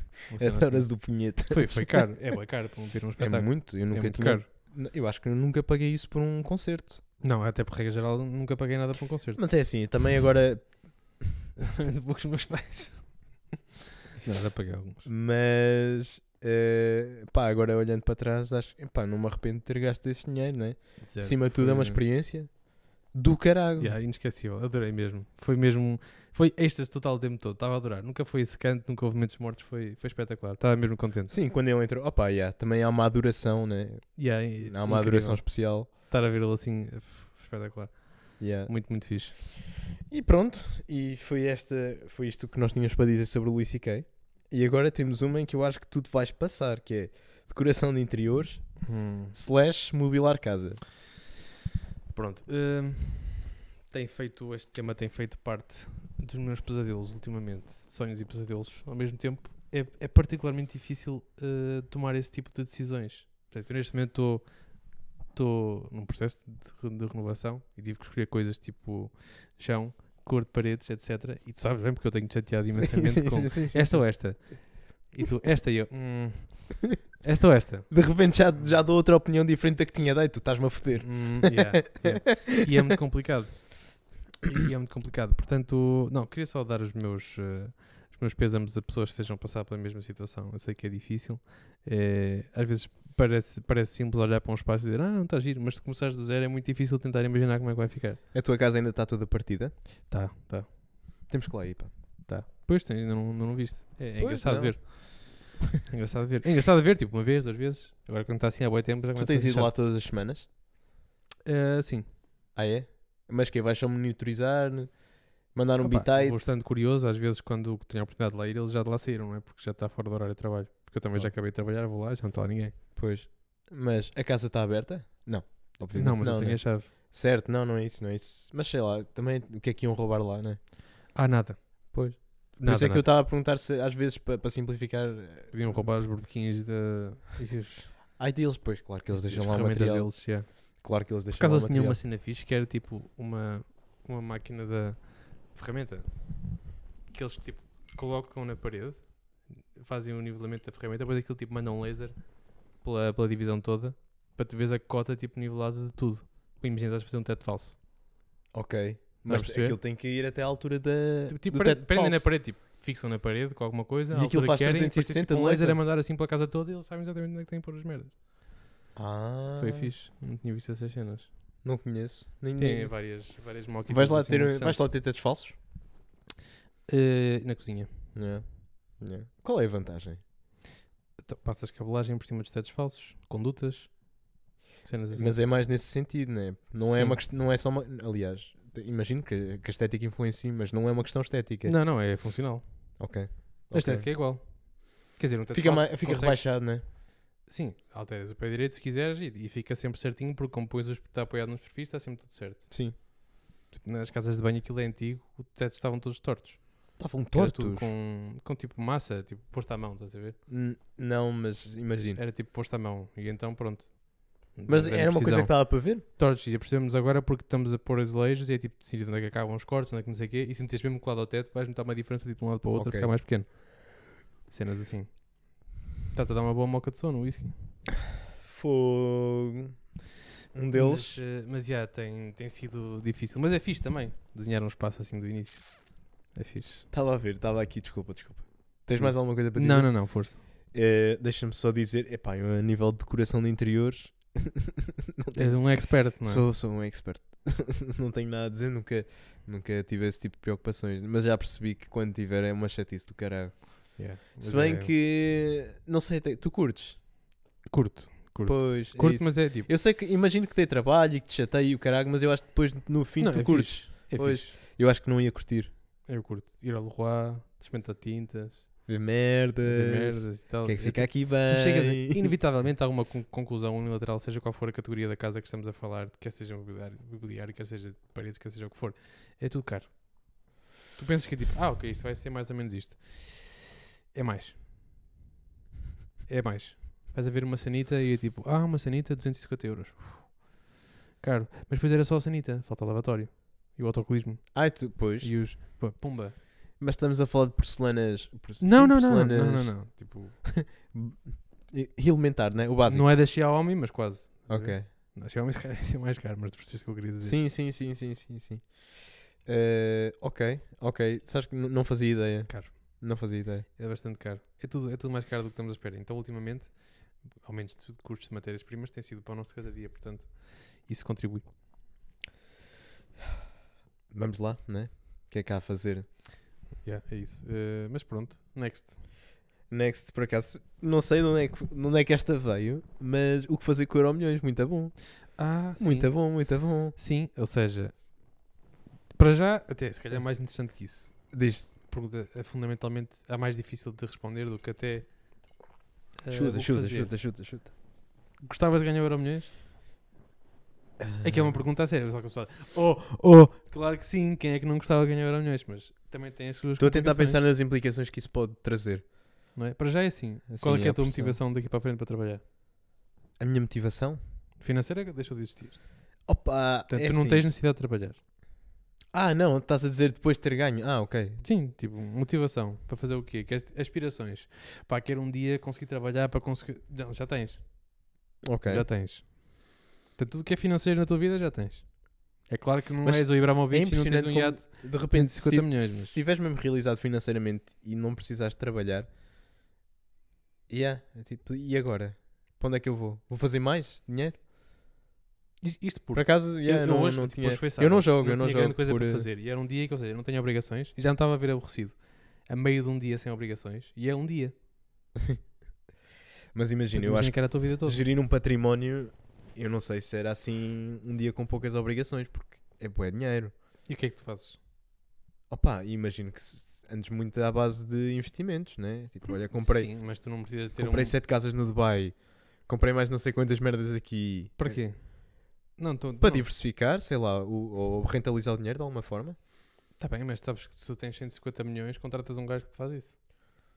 A: [laughs]
B: Uma
A: É
B: cena
A: da
B: assim.
A: do punheta.
B: Foi,
A: [laughs]
B: foi caro, é bem caro para um ver um
A: É
B: espetáculo.
A: muito, eu
B: É
A: nunca
B: muito
A: tinha.
B: caro.
A: N- Eu acho que eu nunca paguei isso por um concerto.
B: Não, até por regra geral nunca paguei nada para um concerto.
A: Mas é assim,
B: [laughs]
A: também agora.
B: Depois os meus pais. Não, já paguei alguns.
A: Mas. eh, pá, agora olhando para trás, acho que pá, não me arrependo de ter gasto esse dinheiro, né? Acima de tudo, é uma experiência do caralho.
B: Yeah, inesquecível, adorei mesmo. Foi mesmo. Foi êxtase total o tempo todo, estava a adorar. Nunca foi secante, nunca houve momentos mortos, foi, foi espetacular. Estava mesmo contente.
A: Sim, quando ele entrou, opá, yeah, também há uma adoração, né?
B: Yeah, e-
A: Há uma
B: incrível.
A: adoração especial.
B: Estar a vê-lo assim, f- espetacular.
A: yeah.
B: Muito, muito fixe.
A: E pronto, e foi, esta, foi isto que nós tínhamos para dizer sobre o Luís C.K. E agora temos uma em que eu acho que tu te vais passar, que é decoração de interiores
B: Hum.
A: slash mobilar casa.
B: Pronto. hum, tem feito, este tema tem feito parte dos meus pesadelos ultimamente. Sonhos e pesadelos. Ao mesmo tempo, é, é eh, particularmente difícil uh, tomar esse tipo de decisões. Portanto, eu neste momento estou- estou num processo de, re- de renovação e tive que escolher coisas tipo chão, cor de paredes, etc. E tu sabes bem porque eu tenho chateado imensamente com
A: sim, sim.
B: esta ou esta. E tu, esta e eu, hum, esta ou esta.
A: De repente já, já dou outra opinião diferente da que tinha dado e tu estás-me a foder.
B: Hum, yeah, yeah. E é muito complicado. E é muito complicado. Portanto, não, queria só dar os meus, eh, os meus pésames a pessoas que estejam a passar pela mesma situação. Eu sei que é difícil. Eh, às vezes parece, parece simples olhar para um espaço e dizer, ah, não está giro, mas se começares do zero é muito difícil tentar imaginar como é que vai ficar.
A: A tua casa ainda está toda partida?
B: Tá, tá,
A: Temos que lá ir, pá.
B: tá. Pois, tem- ainda não, ainda não viste. É, é
A: Pois,
B: engraçado
A: não.
B: ver. É engraçado ver. É engraçado ver, tipo, uma vez, duas vezes. Agora quando está assim há boi tempo já
A: Tu
B: começa
A: tens
B: a
A: ido
B: ser
A: lá
B: chato.
A: todas as semanas?
B: Eh, Sim.
A: Ah, é? Mas que Vais só monitorizar? Mandar um
B: Opa,
A: bitite?
B: Vou estando curioso, às vezes quando tenho a oportunidade de lá ir, eles já de lá saíram, não é? Porque já está fora do horário de trabalho. Porque eu também já
A: Claro.
B: acabei de trabalhar, vou lá, já não está lá ninguém.
A: Pois. Mas a casa está aberta? Não. né? Obviamente.
B: Não, mas eu tenho a chave.
A: Certo, não, não é isso, não é isso. Mas sei lá, também o que é que iam roubar lá, não é?
B: Ah, nada.
A: Pois. Por
B: Nada,
A: isso é que eu
B: nada.
A: estava a perguntar se às vezes pa- para simplificar. eh,
B: Podiam roubar os burbequins da. e os-
A: Ai deles, pois, claro que eles
B: as
A: deixam lá o
B: ferramentas
A: material.
B: deles, yeah.
A: Claro que eles
B: Por
A: deixam
B: acaso
A: lá
B: eles
A: o
B: tinham
A: material.
B: uma cena fixe que era tipo uma, uma máquina da ferramenta que eles tipo colocam na parede, fazem o nivelamento da ferramenta, depois aquilo tipo manda um laser pela, pela divisão toda para tu veres a cota tipo nivelada de tudo. Imagina, estás a fazer um teto falso.
A: Ok.
B: Não
A: Mas
B: perceber?
A: aquilo tem que ir até à altura da.
B: Tipo, tipo,
A: do
B: prende-
A: teto
B: prendem
A: falso.
B: na parede, tipo, fixam na parede com alguma coisa.
A: E
B: à
A: aquilo
B: altura
A: faz
B: que querem, e depois tem,
A: 360
B: tipo, um laser
A: laser.
B: a mandar assim pela casa toda e eles sabem exatamente onde é que têm que pôr as merdas.
A: Ah,
B: Foi fixe, não tinha visto essas cenas.
A: Não conheço. Nem,
B: Tem
A: nem-
B: várias, várias assim mock
A: Vais, lá ter, um, vais lá ter tetos falsos?
B: Eh, Na cozinha.
A: Não. Não. Qual é a vantagem?
B: Então, Passas cabelagem por cima dos tetos falsos, condutas, cenas assim.
A: Mas é mais nesse sentido, né? não é?
B: Sim.
A: Uma, quest- não é só uma. Aliás, imagino que, que a estética influencie, mas não é uma questão estética.
B: Não, não, é funcional.
A: Ok.
B: A estética é igual. Quer dizer, um teto
A: Fica,
B: falso
A: mais, fica
B: consegues-
A: rebaixado, né?
B: Sim, alteras o pé direito se quiseres e, e fica sempre certinho porque como pões os está apoiado nos perfis, está sempre tudo certo.
A: Sim.
B: Tipo, nas casas de banho aquilo é antigo, os tetos estavam todos tortos.
A: Estavam
B: Que era
A: tortos.
B: tudo com, com tipo massa, tipo posto à mão, estás a ver?
A: N- Não, mas imagino.
B: Era tipo posto à mão. E então pronto.
A: Mas
B: Grande
A: era uma coisa que
B: precisão.
A: estava para ver?
B: Tortos, e apercebemos agora porque estamos a pôr azulejos e é tipo decidir onde é que acabam os cortes, onde é que não sei o quê. E se meteres mesmo colado ao teto, vais notar uma diferença tipo, de um lado para o outro,
A: Ok.
B: ficar mais pequeno. Cenas assim. Está-te a dar uma boa moca de sono, o whisky.
A: Fogo. Um deles.
B: Mas, eh, mas já, tem, tem sido difícil. Mas é fixe também, desenhar um espaço assim do início. É fixe.
A: Estava a ver, estava aqui, desculpa, desculpa. Tens mais alguma coisa para dizer?
B: Não, não, não, força.
A: Eh, Deixa-me só dizer, epá, eu a nível de decoração de interiores. não tenho
B: És um expert, não é?
A: Sou, sou um expert. [laughs] não tenho nada a dizer, nunca, nunca tive esse tipo de preocupações. Mas já percebi que quando tiver é uma chatice do caralho.
B: Yeah,
A: Se
B: mas
A: bem
B: é-
A: que. Não sei, te- tu curtes?
B: Curto, curto.
A: Pois. é
B: Curto,
A: isso.
B: mas é tipo.
A: Eu sei que. Imagino que dê trabalho e que te chateie e o caralho, mas eu acho que depois no fim
B: Não,
A: tu
B: é
A: curtes.
B: É
A: Pois.
B: fixe.
A: Eu acho que não ia curtir.
B: Eu curto. Ir ao Leroy, despentar tintas,
A: Ver
B: fazer
A: merdas.
B: merdas e tal.
A: Quer Eh, que
B: É
A: fica
B: tipo,
A: aqui bem.
B: Tu chegas a- inevitavelmente a alguma con- conclusão unilateral, seja qual for a categoria da casa que estamos a falar, quer seja mobiliário, mobiliário, quer seja paredes, quer seja o que for, é tudo caro. Tu pensas que é tipo, ah, ok, isto vai ser mais ou menos isto. É mais. É mais. Vais a ver uma sanita e é tipo, ah, uma sanita, 250 euros. Uf, Caro. Mas depois era só a sanita, falta o lavatório. E o autocolismo.
A: Ai, tu, pois.
B: E os. pô, Pumba.
A: Mas estamos a falar de porcelanas. porce-
B: Não,
A: sim,
B: não, não, não,
A: porcelanas
B: não, não, não. Tipo,
A: e- Elementar, né? O básico.
B: não é da Xiaomi, mas quase.
A: Ok.
B: Não, Xiaomi se calhar [laughs] ia ser mais caro, mas tu percebes o que eu queria dizer.
A: Sim, sim, sim, sim, sim, sim. Eh, ok, ok. Sabes que n- não fazia ideia.
B: Caro.
A: Não fazia ideia.
B: É bastante caro. É tudo, é tudo mais caro do que estamos à espera. Então, ultimamente, aumentos de custos de matérias-primas têm sido para o nosso cada dia, portanto, isso contribui.
A: Vamos lá, né? O que é que há a fazer?
B: Yeah, é isso. Eh, mas pronto, next.
A: Next, por acaso, não sei de onde é que, de onde é que esta veio, mas o que fazer com o Euro Milhões, muito bom.
B: Ah,
A: Muito bom, muito bom.
B: Sim, ou seja, para já, até se calhar é mais interessante que isso.
A: Diz.
B: Pergunta é fundamentalmente a mais difícil de responder do que até. eh, o que fazer.
A: chuta, chuta.
B: Gostavas de ganhar o Euro Milhões? É que é uma pergunta a sério, só que a pessoa, oh, oh, claro que sim, quem é que não gostava de ganhar Euro milhões? Mas também tem as suas
A: Estou a tentar pensar
B: complicações,
A: nas implicações que isso pode trazer.
B: não é? Para já é assim.
A: Assim,
B: Qual é, que é
A: é
B: a tua
A: pressão.
B: motivação daqui para a frente para trabalhar?
A: A minha motivação?
B: Financeira que deixou de existir.
A: Opa,
B: Portanto,
A: é
B: tu não
A: assim.
B: tens necessidade de trabalhar.
A: Ah, não, estás a dizer depois de ter ganho. Ah, ok.
B: Sim, tipo, motivação. Para fazer o quê? Queres- aspirações. Pá, quero um dia conseguir trabalhar para conseguir. Não, já tens.
A: Ok.
B: Já tens. Portanto, tudo que é financeiro na tua vida já tens. É claro que não
A: Mas
B: és o
A: é
B: Ibrahimovic e não tens
A: impressionante
B: um
A: como,
B: iate.
A: de repente, se,
B: 150
A: ti-
B: milhões,
A: se
B: mas-
A: estiveres mesmo realizado financeiramente e não precisares de trabalhar, yeah, é tipo, e agora? Para onde é que eu vou? Vou fazer mais dinheiro?
B: Is- Isto
A: Por
B: porque
A: acaso, yeah,
B: eu,
A: não,
B: eu hoje,
A: não
B: tipo,
A: tinha-
B: hoje foi
A: eu não
B: sábado,
A: jogo, eu não
B: tinha
A: jogo
B: grande coisa
A: por,
B: para
A: eh,
B: fazer. E era um dia que, ou seja, eu não tenho obrigações e já me estava a ver aborrecido. A meio de um dia sem obrigações. E é um dia.
A: Mas imagina,
B: Portanto,
A: eu acho
B: que era a tua vida
A: que
B: toda.
A: gerir um património, eu não sei se era assim um dia com poucas obrigações, porque é bué dinheiro.
B: E o que é que tu fazes?
A: Opa, e imagino que se- andes muito à base de investimentos, né? Tipo, olha, comprei,
B: Sim, mas tu não precisas de ter
A: comprei
B: um...
A: sete casas no Dubai, comprei mais não sei quantas merdas aqui. É,
B: Para quê? Não, tu,
A: Para
B: não.
A: diversificar, sei lá, o- ou rentabilizar o dinheiro de alguma forma.
B: Tá bem, mas sabes que se tu tens 150 milhões, contratas um gajo que te faz isso.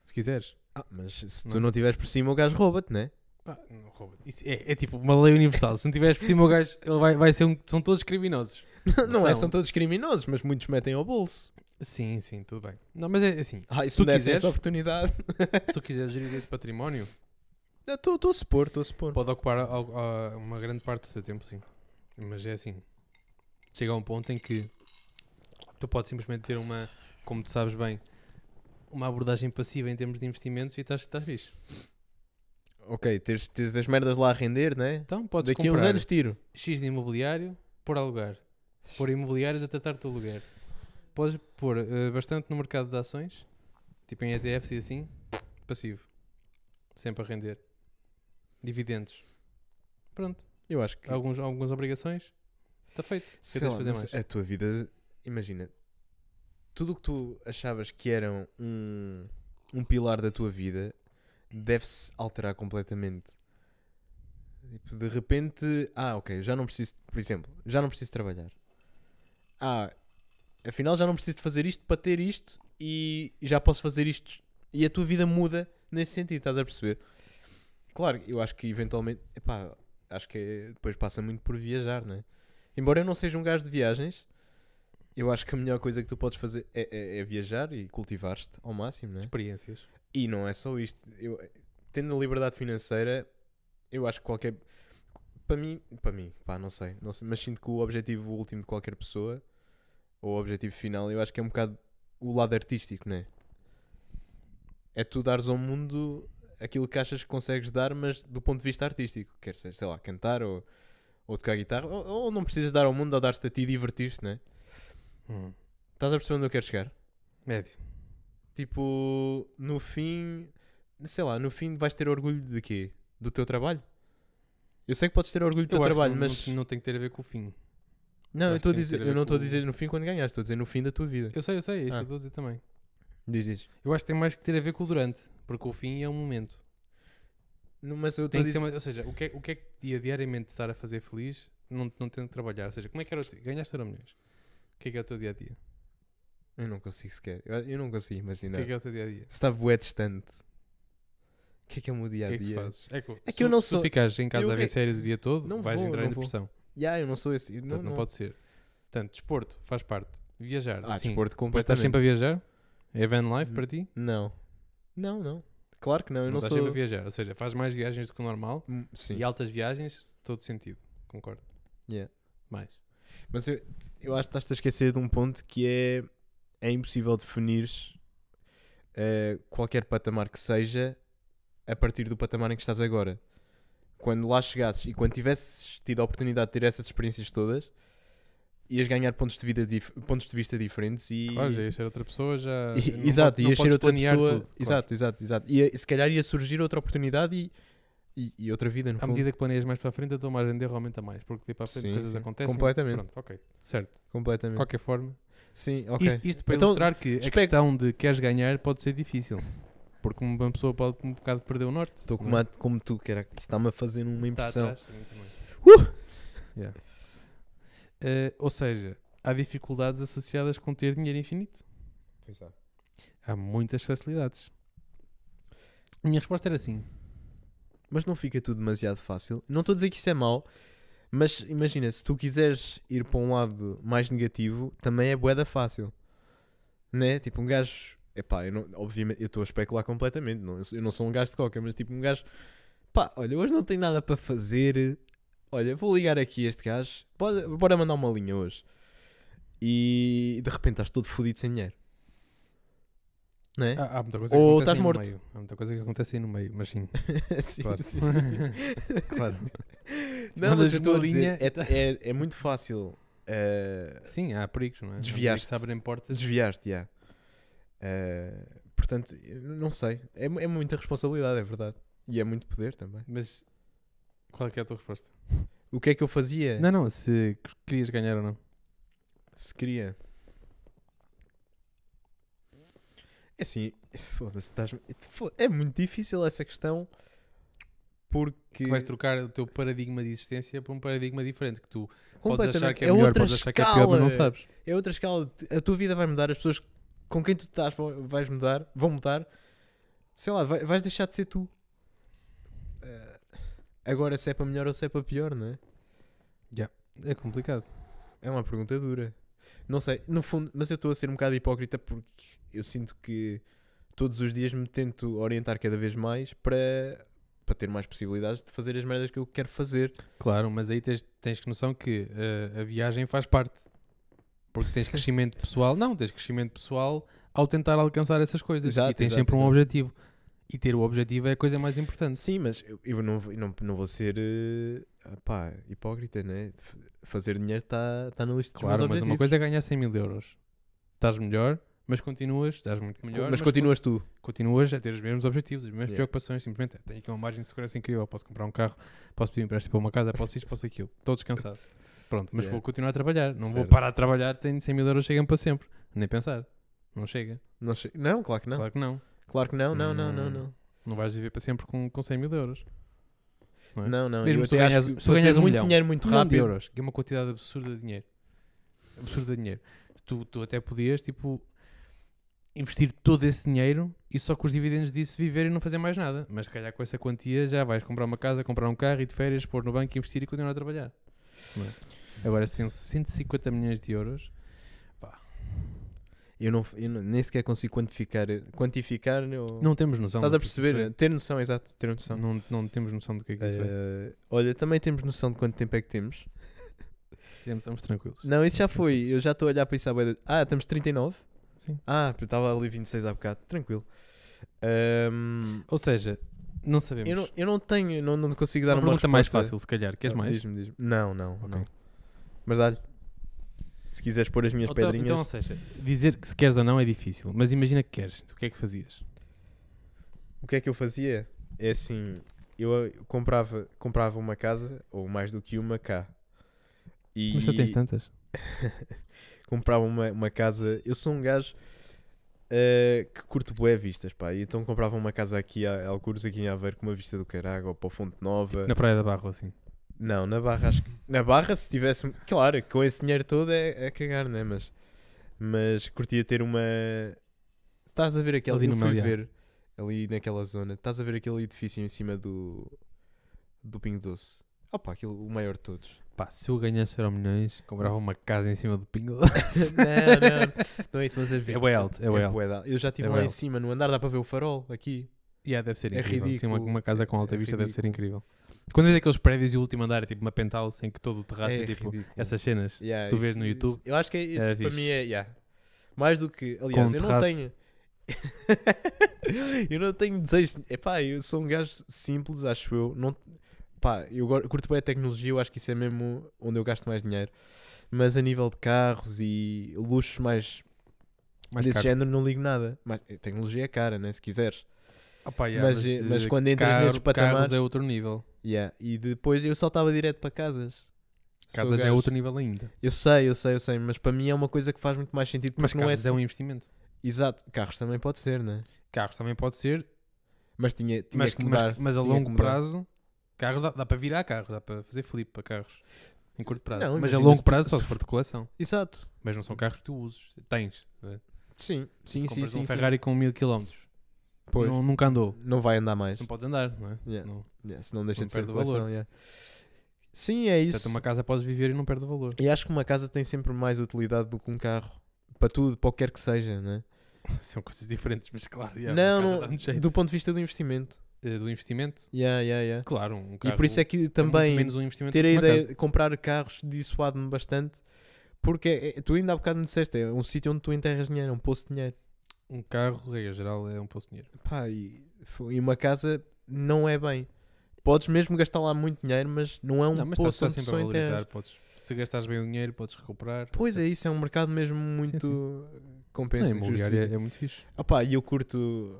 B: Se quiseres.
A: Ah, mas se tu
B: Não.
A: não tiveres por cima, o gajo rouba-te, né?
B: Ah, não rouba. Isso é, é tipo uma lei universal. Se não tiveres por cima o gajo, ele vai, vai ser um... São todos criminosos.
A: Não, não é,
B: São.
A: são todos criminosos, mas muitos metem ao bolso.
B: Sim, sim, tudo bem. Não, mas é assim.
A: Ah, e
B: Se
A: se
B: tu
A: me dessem
B: quiseres-
A: essa [laughs] oportunidade.
B: se tu quiseres gerir esse património,
A: Estou a supor, estou a supor.
B: pode ocupar al- a- uma grande parte do teu tempo, sim. Mas é assim. Chega a um ponto em que tu podes simplesmente ter uma, como tu sabes bem, uma abordagem passiva em termos de investimentos e estás, estás fixe.
A: Ok, tens, tens as merdas lá a render, né?
B: Então podes
A: Daqui a uns
B: comprar.
A: anos tiro.
B: X de imobiliário por alugar. Pôr imobiliários a tratar do teu aluguer. Podes pôr eh, bastante no mercado de ações, tipo em ETFs e assim, passivo. Sempre a render. Dividendos. Pronto.
A: Eu acho que.
B: Alguns, algumas obrigações. Está feito.
A: sei
B: tens
A: lá,
B: de fazer
A: mas
B: mais?
A: A tua vida. Imagina. Tudo o que tu achavas que era um, um pilar da tua vida deve-se alterar completamente. Tipo, de repente. Ah, ok, já não preciso. Por exemplo, já não preciso trabalhar. Ah, afinal já não preciso de fazer isto para ter isto e já posso fazer isto. E a tua vida muda nesse sentido, estás a perceber? Claro, eu acho que eventualmente. Epá, acho que é- depois passa muito por viajar, não é? Embora eu não seja um gajo de viagens, eu acho que a melhor coisa que tu podes fazer é, é- é viajar e cultivar-te ao máximo, né?
B: Experiências.
A: E não é só isto. Eu, tendo a liberdade financeira, eu acho que qualquer. Para mim, para mim, pá, não sei, não sei, mas sinto que o objetivo último de qualquer pessoa, ou o objetivo final, eu acho que é um bocado o lado artístico, não é? É tu dares ao mundo aquilo que achas que consegues dar, mas do ponto de vista artístico, quer seja, sei lá, cantar ou, ou tocar guitarra, ou, ou não precisas dar ao mundo, ou dar-te a ti e divertir-te, não é? Estás a perceber onde eu quero chegar?
B: Hum, Médio.
A: Tipo, no fim, sei lá, no fim vais ter orgulho de quê? Do teu trabalho? Eu sei que podes ter orgulho do teu
B: Eu acho que
A: trabalho,
B: não,
A: mas.
B: não,
A: Não,
B: não tem que ter a ver com o fim.
A: eu,
B: acho
A: estou
B: que
A: a
B: tem que
A: dizer,
B: ter a
A: eu
B: ver
A: não estou a
B: com o-
A: dizer no fim quando ganhaste, estou a dizer no fim da tua vida.
B: Eu sei, eu sei, é isso
A: Ah.
B: que eu estou a dizer também.
A: Diz, diz.
B: Eu acho que tem mais que ter a ver com o durante, porque o fim é um momento.
A: Não, mas eu estou
B: Tem
A: a
B: que ser
A: dizer.
B: uma- ou seja, o que, é, o que é que te ia diariamente estar a fazer feliz não, não tendo que trabalhar? Ou seja, como é que era o teu- ganhaste euro milhões? O que é que é o teu dia a dia?
A: Eu não consigo sequer. Eu, eu não consigo
B: O
A: imaginar.
B: que é que é o teu dia a dia?
A: Se está bué distante. O que é que é o meu
B: O
A: dia
B: que
A: a
B: é que tu
A: dia?
B: fazes? É que,
A: que
B: se
A: eu
B: tu-
A: não
B: se
A: sou-
B: tu ficares em casa
A: eu
B: a ver
A: que-
B: séries o dia todo,
A: não
B: vais
A: vou,
B: entrar
A: não
B: em
A: vou.
B: depressão.
A: Ya, eu não sou esse. eu
B: Portanto, não, pode ser. Portanto, desporto faz parte. Viajar,
A: Ah,
B: sim.
A: desporto
B: Mas
A: completamente.
B: estás sempre a viajar? É van life
A: Hum,
B: para ti?
A: Não. Não, não. Claro que não, eu não,
B: estás
A: sou.
B: sempre a viajar. Ou seja, faz mais viagens do que o normal
A: Hum, Sim.
B: e altas viagens, todo sentido. Concordo.
A: Yeah.
B: Mais.
A: Mas eu, eu acho que estás-te a esquecer de um ponto que é. É impossível definir eh, qualquer patamar que seja a partir do patamar em que estás agora. Quando lá chegasses e quando tivesses tido a oportunidade de ter essas experiências todas, ias ganhar pontos de, vida dif- pontos de vista diferentes e.
B: Claro, já ia ser outra pessoa, já.
A: e-
B: não
A: exato,
B: pode- não
A: ias ser
B: podes
A: outra
B: planear
A: pessoa.
B: tudo, claro.
A: Exato, exato, exato. E, e se calhar ia surgir outra oportunidade e, e, e outra vida, no
B: À
A: fundo.
B: medida que planeias mais para a frente, a tua margem de erro aumenta mais, porque daí para a frente
A: Sim,
B: coisas
A: sim.
B: acontecem.
A: Completamente.
B: Pronto, ok. Certo. De
A: Completamente.
B: qualquer forma,
A: Sim, ok.
B: isto, isto para
A: Então,
B: ilustrar que a
A: espero-
B: questão de queres ganhar pode ser difícil, porque uma pessoa pode um bocado perder o norte.
A: Estou
B: não é?
A: como, como tu, caraca, isto está-me a fazer uma
B: Tá
A: impressão.
B: atrás, a mim também. Yeah. Uh! Eh, ou seja, há dificuldades associadas com ter dinheiro infinito. Há muitas facilidades. A minha resposta era sim.
A: Mas não fica tudo demasiado fácil. Não estou a dizer que isso é mau, Mas imagina, se tu quiseres ir para um lado mais negativo, também é boeda fácil. Né? Tipo, um gajo. Epá, eu não, obviamente, eu estou a especular completamente. Não, eu sou- eu não sou um gajo de coca, mas tipo, um gajo. Pá, olha, hoje não tenho nada para fazer. Olha, vou ligar aqui a este gajo. Bora, bora mandar uma linha hoje. E de repente estás todo fodido sem dinheiro. Né?
B: Há, há muita coisa
A: Ou
B: que acontece
A: estás
B: aí
A: morto.
B: no meio. Há muita coisa que acontece aí no meio, mas sim,
A: [laughs] Sim,
B: claro.
A: sim, sim, sim.
B: [laughs] claro.
A: Não, mas
B: Mandas a
A: eu estou a
B: tua
A: dizer,
B: linha
A: é,
B: e tá-
A: é, é muito fácil eh,
B: [laughs] Sim, há perigos, não é? Há perigos que
A: Desviaste.
B: se abrem portas.
A: desviar-te, já. Eh, portanto, eu não sei. É, mu- é muita responsabilidade, é verdade. E é muito poder também.
B: Mas qual é que é a tua resposta?
A: O que é que eu fazia
B: Não, não, se qu- querias ganhar ou não.
A: se queria? É assim, foda-se, estás... fo- é muito difícil essa questão porque
B: é Que vais trocar o teu paradigma de existência por um paradigma diferente que tu podes
A: completamente
B: achar que é,
A: é
B: melhor,
A: outra
B: podes achar que é pior, mas não
A: escala.
B: sabes.
A: É outra escala. de- A tua vida vai mudar, as pessoas com quem tu estás vão, vais mudar, vão mudar. Sei lá, vai- vais deixar de ser tu. Eh, agora, se é para melhor ou se é para pior, não é?
B: É complicado.
A: É uma pergunta dura. Não sei, no fundo, mas eu estou a ser um bocado hipócrita porque eu sinto que todos os dias me tento orientar cada vez mais para, para ter mais possibilidades de fazer as merdas que eu quero fazer.
B: Claro, mas aí tens, tens que noção que eh, a viagem faz parte. Porque
A: [laughs]
B: tens crescimento pessoal. Não, tens crescimento pessoal ao tentar alcançar essas coisas.
A: Exato,
B: e tens
A: exato,
B: sempre um
A: exato.
B: objetivo. E ter o objetivo é a coisa mais importante.
A: Sim, mas eu, eu não, vou- não, não vou ser eh, pá, hipócrita, né? F- Fazer dinheiro está tá na lista dos
B: Claro,
A: meus
B: mas uma
A: objetivos.
B: coisa é ganhar 100 mil euros. Estás melhor, mas continuas, estás muito melhor.
A: Co- mas continuas tu.
B: con- continuas a ter os mesmos objetivos, as mesmas
A: Yeah.
B: preocupações. Simplesmente é, tenho aqui uma margem de segurança incrível. Posso comprar um carro, posso pedir um empréstimo para uma casa, posso isto, posso aquilo. Estou descansado. Pronto, mas
A: Yeah.
B: vou continuar a trabalhar. Não vou
A: Certo.
B: parar de trabalhar. Tenho 100 mil euros, chegam para sempre. Nem pensar. Não chega.
A: Não, che- não, claro que não. Claro,
B: Claro que não.
A: que não, não, não, não,
B: Hum,
A: não.
B: Não vais viver para sempre com, com 100 mil euros. não é?
A: Não, não.
B: Mesmo
A: eu
B: se tu
A: até acho
B: ganhas-
A: que
B: se tu
A: fazer
B: ganhas um
A: muito
B: milhão,
A: dinheiro muito
B: milhão de
A: rápido.
B: euros, que é uma quantidade absurda de dinheiro. Absurda de dinheiro. Tu, tu até podias, tipo, investir todo esse dinheiro e só com os dividendos disso viver e não fazer mais nada. Mas se calhar com essa quantia já vais comprar uma casa, comprar um carro e de férias, pôr no banco, investir e continuar a trabalhar. Não é? Agora, se tens 150 milhões de euros,
A: Eu, não, eu não- nem sequer consigo quantificar. quantificar ou...
B: não temos noção.
A: Estás
B: do
A: a
B: que é que isso
A: perceber? Ter noção, exato. Ter
B: é.
A: noção.
B: Não, não temos noção do que é que isso é.
A: Eh, olha, também temos noção de quanto tempo é que temos.
B: Estamos tranquilos.
A: Não, isso já
B: Sim,
A: foi.
B: sim.
A: Eu já estou a olhar para isso à beira. Ah, temos 39?
B: Sim.
A: Ah, eu estava ali 26 há bocado. Tranquilo. Ahm,
B: Ou seja, não sabemos.
A: eu, não, eu não tenho, não, não consigo dar
B: uma
A: uma,
B: pergunta
A: resposta.
B: mais fácil, se calhar. Queres
A: Ah,
B: mais?
A: Diz-me, diz-me. Não, não,
B: Ok.
A: não. Mas dá-lhe. Se quiseres pôr as minhas
B: Ou então-
A: pedrinhas.
B: Então, ou seja, dizer que se queres ou não é difícil, mas imagina que queres, o que é que fazias?
A: O que é que eu fazia? É assim, eu eu comprava, comprava uma casa, ou mais do que uma cá. E
B: Mas tu tens tantas.
A: comprava uma, uma casa. Eu sou um gajo eh, que curto bué vistas, pá. E então comprava uma casa aqui a Alcuros, aqui em Aveiro, com uma vista do caralho, ou para o Fonte Nova.
B: Na Praia da Barro, assim.
A: Não, na Barra acho que. Na Barra, se tivesse. Claro, com esse dinheiro todo é, é cagar, né? Mas. Mas curtia ter uma. Estás a ver aquele.
B: Ali
A: eu
B: no
A: fui
B: Meliá.
A: ver ali naquela zona. Estás a ver aquele edifício em cima do. Do Pingo Doce. Opa, aquilo, o maior de todos.
B: Pá, se eu ganhasse euro milhões, comprava uma casa em cima do pingo.
A: não, não. Não é isso, mas as
B: É
A: vistas-
B: bem alto, é bem alto.
A: bué da- Eu já estive
B: É
A: lá
B: bué
A: em
B: alto.
A: cima, no andar dá para ver o farol aqui.
B: [laughs] Yeah, deve ser
A: É
B: incrível. Sim, uma,
A: ridículo.
B: uma casa com alta
A: É
B: vista deve ser incrível. Quando vês aqueles prédios e o último andar é tipo uma penthouse em que todo o terraço é, tipo
A: ridículo.
B: essas cenas.
A: Yeah,
B: tu vês
A: isso-
B: no YouTube,
A: isso- eu acho que isso para
B: fixe.
A: mim é. yeah. Mais do que. Aliás,
B: Com
A: eu não
B: terraço.
A: tenho. [laughs] eu não tenho desejo. Epá, eu sou um gajo simples, acho eu. Não... Pá, eu go- curto bem a tecnologia, eu acho que isso é mesmo onde eu gasto mais dinheiro. Mas a nível de carros e luxos mais,
B: Mais
A: desse
B: caro.
A: género, não ligo nada. Mas a tecnologia é cara, né? Se quiseres.
B: Opa, yeah,
A: mas-
B: eh,
A: mas quando entras
B: caro-
A: nesses
B: Carros
A: patamares-
B: é outro nível.
A: Yeah. E depois eu saltava direto para casas. Sou
B: Casas é
A: gajo-
B: outro nível ainda.
A: Eu sei, eu sei, eu sei, mas para mim é uma coisa que faz muito mais sentido
B: Mas
A: porque não é,
B: casas é
A: assim-
B: um investimento.
A: Exato, carros também pode ser, né?
B: Carros também pode ser,
A: Mas tinha, tinha
B: mas,
A: que
B: mas-
A: mudar.
B: mas a
A: tinha que
B: longo
A: mudar.
B: prazo, carros dá, dá para virar carros, dá para fazer flip para carros em curto prazo.
A: Não,
B: mas a
A: imagina
B: longo
A: se tu-
B: prazo
A: se
B: só
A: tu
B: se for de coleção.
A: Exato.
B: Mas não são carros que tu uses, tens. né?
A: Sim, sim, sim,
B: Compras
A: sim. sim.
B: um Ferrari com mil km,
A: Pois, não,
B: não, nunca andou,
A: vai andar mais.
B: não podes andar, não é?
A: Yeah.
B: Senão-
A: Yeah, se não deixa
B: não
A: de ser
B: perde o
A: coleção.
B: valor.
A: yeah. Sim, é isso.
B: Portanto, uma casa podes viver e não perde
A: [laughs]
B: valor.
A: E acho que uma casa tem sempre mais utilidade do que um carro. Para tudo, para o que quer que seja, né?
B: São coisas diferentes, mas claro, yeah, uma casa
A: não,
B: dá
A: não
B: muito jeito.
A: do ponto de vista do investimento.
B: Eh, do investimento.
A: Yeah, yeah, yeah.
B: Claro, um
A: E
B: carro
A: por isso é que
B: muito
A: também
B: menos um investimento
A: ter a
B: do que uma
A: ideia
B: casa.
A: de comprar carros dissuade-me bastante. Porque é- é- tu ainda há bocado me disseste, é um sítio onde tu enterras dinheiro, é um poço de dinheiro.
B: Um carro, regra geral, é um pouco dinheiro.
A: Pá, e, fo- e uma casa não é bem. Podes mesmo gastar lá muito dinheiro, mas não é um
B: não, mas
A: poço
B: está
A: onde
B: sempre
A: só
B: a valorizar.
A: enterras.
B: Podes, se gastares bem o dinheiro, podes recuperar.
A: Pois é, isso é um mercado mesmo muito
B: Não,
A: compensa. que
B: imobiliário
A: justifica.
B: é, é muito fixe.
A: Ah pá, e eu curto.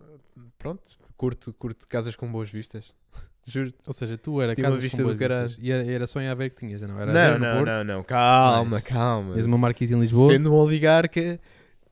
A: Pronto, curto, curto casas com boas vistas. [laughs] Juro-te.
B: Ou seja, tu era
A: Tinha uma
B: casas
A: vista
B: com
A: do
B: boas
A: caralho.
B: vistas. E era, era só em Aveiro que tinhas, não? Era
A: Não,
B: Aveiro, no
A: não,
B: Porto,
A: não, não. Calma,
B: Mas-
A: calma.
B: Tinhas uma marquise em Lisboa.
A: Sendo um oligarca,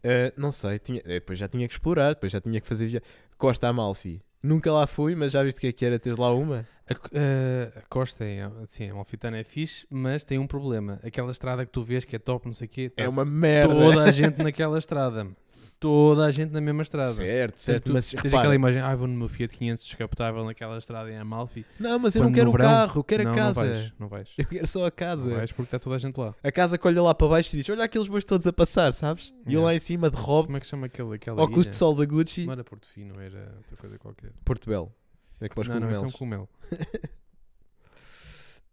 A: eh, não sei, tinha, eh, depois já tinha que explorar, depois já tinha que fazer viagem. Costa Amalfi. Nunca lá fui, mas já viste o que é que era ter lá uma?
B: A, co- eh, a costa, é, assim, a Malfitana é fixe, mas tem um problema. Aquela estrada que tu vês que é top, não sei o quê, tá
A: É uma merda.
B: toda a gente naquela estrada. meu. Toda a gente na mesma estrada.
A: Certo,
B: Certo,
A: certo,
B: tu
A: mas
B: tens
A: repara,
B: aquela imagem, ah, vou no meu Fiat 500 descapotável naquela estrada em Amalfi.
A: Não, mas eu não
B: quando
A: quero
B: no
A: o
B: verão-
A: carro, eu quero
B: não,
A: a casa.
B: Não vais, não vais.
A: Eu quero só a
B: Não
A: casa.
B: vais porque está toda a gente lá.
A: A casa que olha lá para baixo e diz: Olha aqueles bois todos a passar, sabes? E eu
B: Yeah.
A: lá em cima de Rob,
B: Como é que chama aquele, aquela
A: óculos
B: ilha?
A: de sol da Gucci.
B: Não era Porto Fino, era outra coisa qualquer.
A: Porto Belo. É que para os
B: não, não, esse é um
A: cogumelos. Eh,
B: cogumelo.
A: [laughs]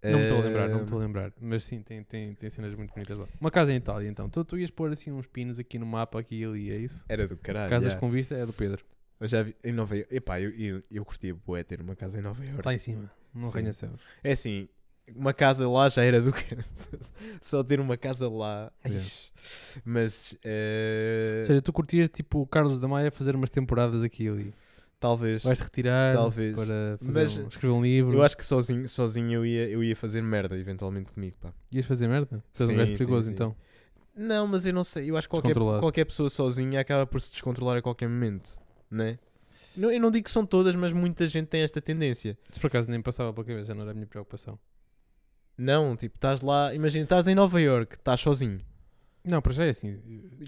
B: Não me estou a lembrar, não me estou
A: Ehm,
B: a lembrar. Mas sim, tem, tem, tem cenas muito bonitas lá. Uma casa em Itália, então. Tu, tu ias pôr assim uns pinos aqui no mapa, aqui e ali, é isso?
A: Era do caralho.
B: Casas
A: yeah.
B: com vista é do Pedro.
A: Eu já vi em Nova Iorque. Epá, eu, eu, eu curtia bué ter uma casa em Nova Iorque.
B: Lá em cima, no
A: Sim.
B: arranha-céus.
A: É assim, uma casa lá já era [laughs] do caralho. Só ter uma casa lá.
B: Yeah.
A: ixi. Mas. eh,
B: Ou seja, tu curtias tipo o Carlos da Maia fazer umas temporadas aqui e ali.
A: talvez.
B: Vais-te retirar
A: Talvez.
B: para fazer
A: Mas-
B: um- escrever um livro.
A: Eu acho que sozinho, sozinho eu, ia, eu ia fazer merda eventualmente comigo, pá.
B: Ias fazer merda? Tu és
A: Sim,
B: um gajo
A: sim,
B: perigoso,
A: sim.
B: então.
A: Não, mas eu não sei. Eu acho que qualquer,
B: Descontrolado.
A: qualquer pessoa sozinha acaba por se descontrolar a qualquer momento, né? Não, eu não digo que são todas, mas muita gente tem esta tendência.
B: Se por acaso nem passava pela cabeça, não era a minha preocupação.
A: Não, tipo, estás lá, imagina, estás em Nova Iorque, estás sozinho.
B: Não, para já é assim.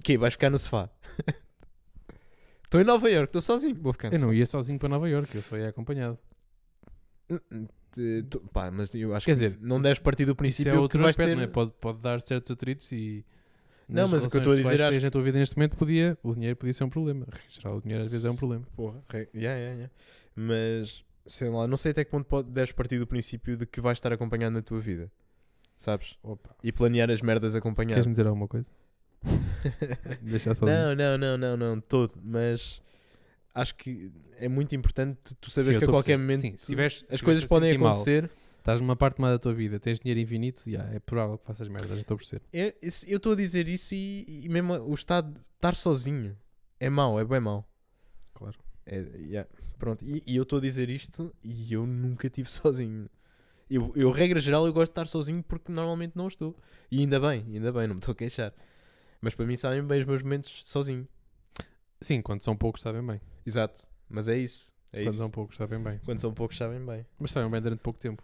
A: Que vais ficar no sofá? Estou em Nova Iorque, estou sozinho, vou ficar no
B: Eu não ia sozinho para Nova Iorque, eu só ia acompanhado.
A: sofá. Hum, hum, te- tu- pá, mas eu acho
B: Quer
A: que
B: dizer,
A: não deves partir do
B: Isso
A: princípio
B: é outro
A: que vais
B: aspecto,
A: ter...
B: não é? Pode, pode dar certos atritos e.
A: Não, mas
B: nas
A: o que eu
B: relações
A: estou a dizer,
B: pessoais que
A: acho
B: tens na tua vida neste momento podia. O dinheiro podia ser um problema. Em geral, o dinheiro às vezes é um problema.
A: Porra, re- yeah, yeah, yeah. Mas, sei lá, não sei até que ponto pode, deves partir do princípio de que vais estar acompanhado na tua vida, sabes?
B: Opa.
A: E planear as merdas acompanhado.
B: Queres-me dizer
A: [laughs]
B: alguma coisa? Deixar
A: Não,
B: sozinho.
A: não, não, não, não, de todo, mas acho que é muito importante tu- tu
B: Sim,
A: sabes
B: eu
A: que a
B: estou
A: qualquer
B: perceber.
A: momento
B: Sim, se
A: tu-
B: tiveres- se
A: as
B: tiveres
A: coisas
B: a
A: podem
B: sentir mal,
A: acontecer.
B: Estás numa parte má da tua vida, tens dinheiro infinito, já, é provável que faças merdas, eu estou a perceber.
A: Eu isso- É, eu estou a dizer isso e, e mesmo o estado de estar sozinho é mau, é bem mau.
B: Claro.
A: É, yeah, Pronto, e, e eu estou a dizer isto e eu nunca estive [laughs] sozinho. Eu, eu, regra geral, eu gosto de estar sozinho porque normalmente não estou. E ainda bem, ainda bem, não me estou a queixar. Mas para mim sabem bem os meus momentos sozinho.
B: Sim, quando são poucos sabem bem.
A: Exato. Mas é isso. É
B: quando
A: isso.
B: são poucos sabem bem.
A: Quando são poucos sabem bem.
B: Mas sabem bem durante pouco tempo.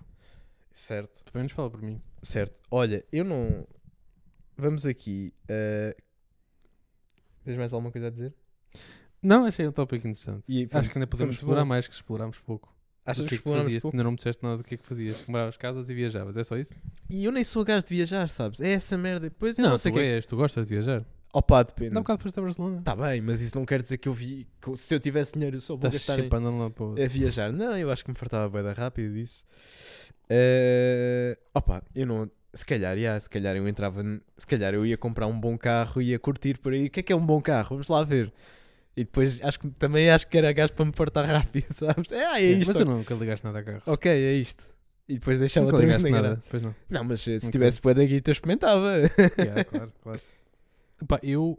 A: Certo.
B: Pelo menos fala por mim.
A: Certo. Olha, eu não. Vamos aqui. eh, Tens mais alguma coisa a dizer?
B: Não, achei um tópico interessante.
A: E
B: Acho
A: fomos-
B: que ainda
A: fomos
B: podemos explorar
A: bom.
B: mais, que explorámos pouco.
A: Achas
B: do que,
A: que
B: é que tu fazias?
A: exploramos
B: Tu
A: pouco?
B: Ainda não me disseste nada do que é que fazias. Compravas casas e viajavas, é só isso?
A: E eu nem sou gajo de viajar, sabes? É essa merda. Pois eu
B: Não,
A: não, sei o
B: tu
A: que é.
B: és, tu gostas de viajar.
A: Opa, depende.
B: Dá um bocado foste a Barcelona.
A: Tá bem, mas isso não quer dizer que eu vi. que eu- se eu tivesse dinheiro, eu só vou
B: Estás
A: gastar É, em,
B: sempre andando lá para o outro.
A: a viajar. Não, eu acho que me fartava bem da rápida disso. Eh, opa, eu não. Se calhar, yeah, se calhar eu entrava. n- Se calhar eu ia comprar um bom carro, ia curtir por aí. O que é que é um bom carro? Vamos lá ver. E depois acho que também acho que era gajo para me fartar [laughs] rápido, sabes? É, ah, é isto.
B: Mas tu nunca ligaste nada a carro.
A: Ok, é isto. E depois deixava
B: Nunca
A: outra vez
B: ligaste
A: na
B: nada.
A: garagem. [laughs]
B: Pois não.
A: Não, mas eh, se
B: Ok.
A: tivesse pé da guita, eu experimentava. [laughs]
B: Yeah, claro, claro. Pá, eu.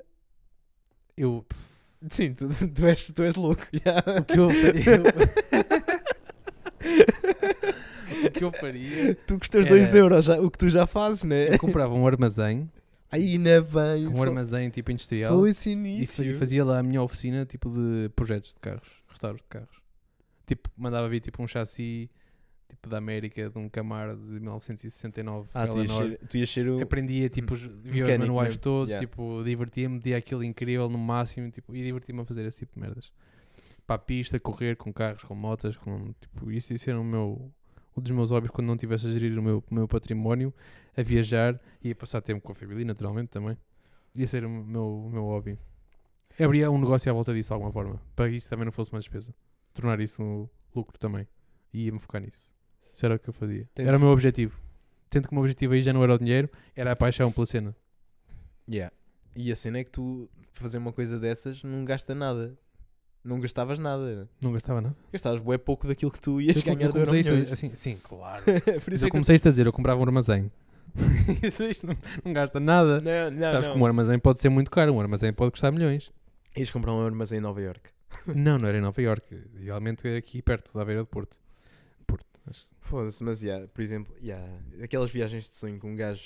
B: Eu.
A: Sim, tu, tu és, tu és louco. yeah.
B: O que
A: [laughs]
B: eu. eu- o que eu faria.
A: Tu custas
B: É.
A: 2 euros, já- o que tu já fazes, né?
B: Eu comprava um armazém.
A: Ainda bem.
B: Um
A: só-
B: armazém tipo industrial.
A: Só esse
B: E
A: início.
B: fa- e fazia lá a minha oficina tipo de projetos de carros, restauros de carros. Tipo, mandava vir tipo um chassi tipo da América, de um Camaro de 1969.
A: ah, tu ias,
B: Eleanor.
A: ser, tu ias ser o.
B: Aprendia tipo os, via os
A: Mecânico
B: manuais
A: mesmo,
B: todos,
A: yeah.
B: tipo, divertia-me, dia aquilo incrível no máximo, tipo, e divertia-me a fazer esse tipo de merdas. Para a pista, correr com carros, com motas, com tipo, isso, isso era o meu um dos meus hobbies quando não estivesse a gerir o meu, o meu património, a viajar e a passar tempo com a família, naturalmente também. Ia ser o meu, o meu hobby. Abria um negócio à volta disso de alguma forma, para que isso também não fosse uma despesa. Tornar isso um lucro também. E ia-me focar nisso. Isso era o que eu fazia.
A: Tento-
B: Era o meu objetivo. Tendo que o meu objetivo aí já não era o dinheiro, era a paixão pela cena.
A: Yeah. E a cena é que tu fazer uma coisa dessas não gasta nada. Não gastavas nada.
B: Não gastava nada.
A: Gastavas bué pouco daquilo que tu ias
B: Eu- eu
A: ganhar do
B: comecei isto a
A: Euromilhões.
B: dizer- assim, Sim,
A: [laughs]
B: claro.
A: Por
B: Mas
A: isso é
B: eu
A: que eu-
B: comecei isto a dizer, eu comprava um armazém. [laughs] Isto não, não gasta nada.
A: Não, não,
B: Sabes é?
A: não.
B: que um armazém pode ser muito caro, um armazém pode
A: [laughs]
B: custar milhões.
A: Ias comprar um armazém em Nova York.
B: não, não era em Nova Iorque. Realmente era aqui perto, da beira do Porto. Porto. mas-
A: Foda-se, mas yeah, por exemplo, yeah, aquelas viagens de sonho com um gajo,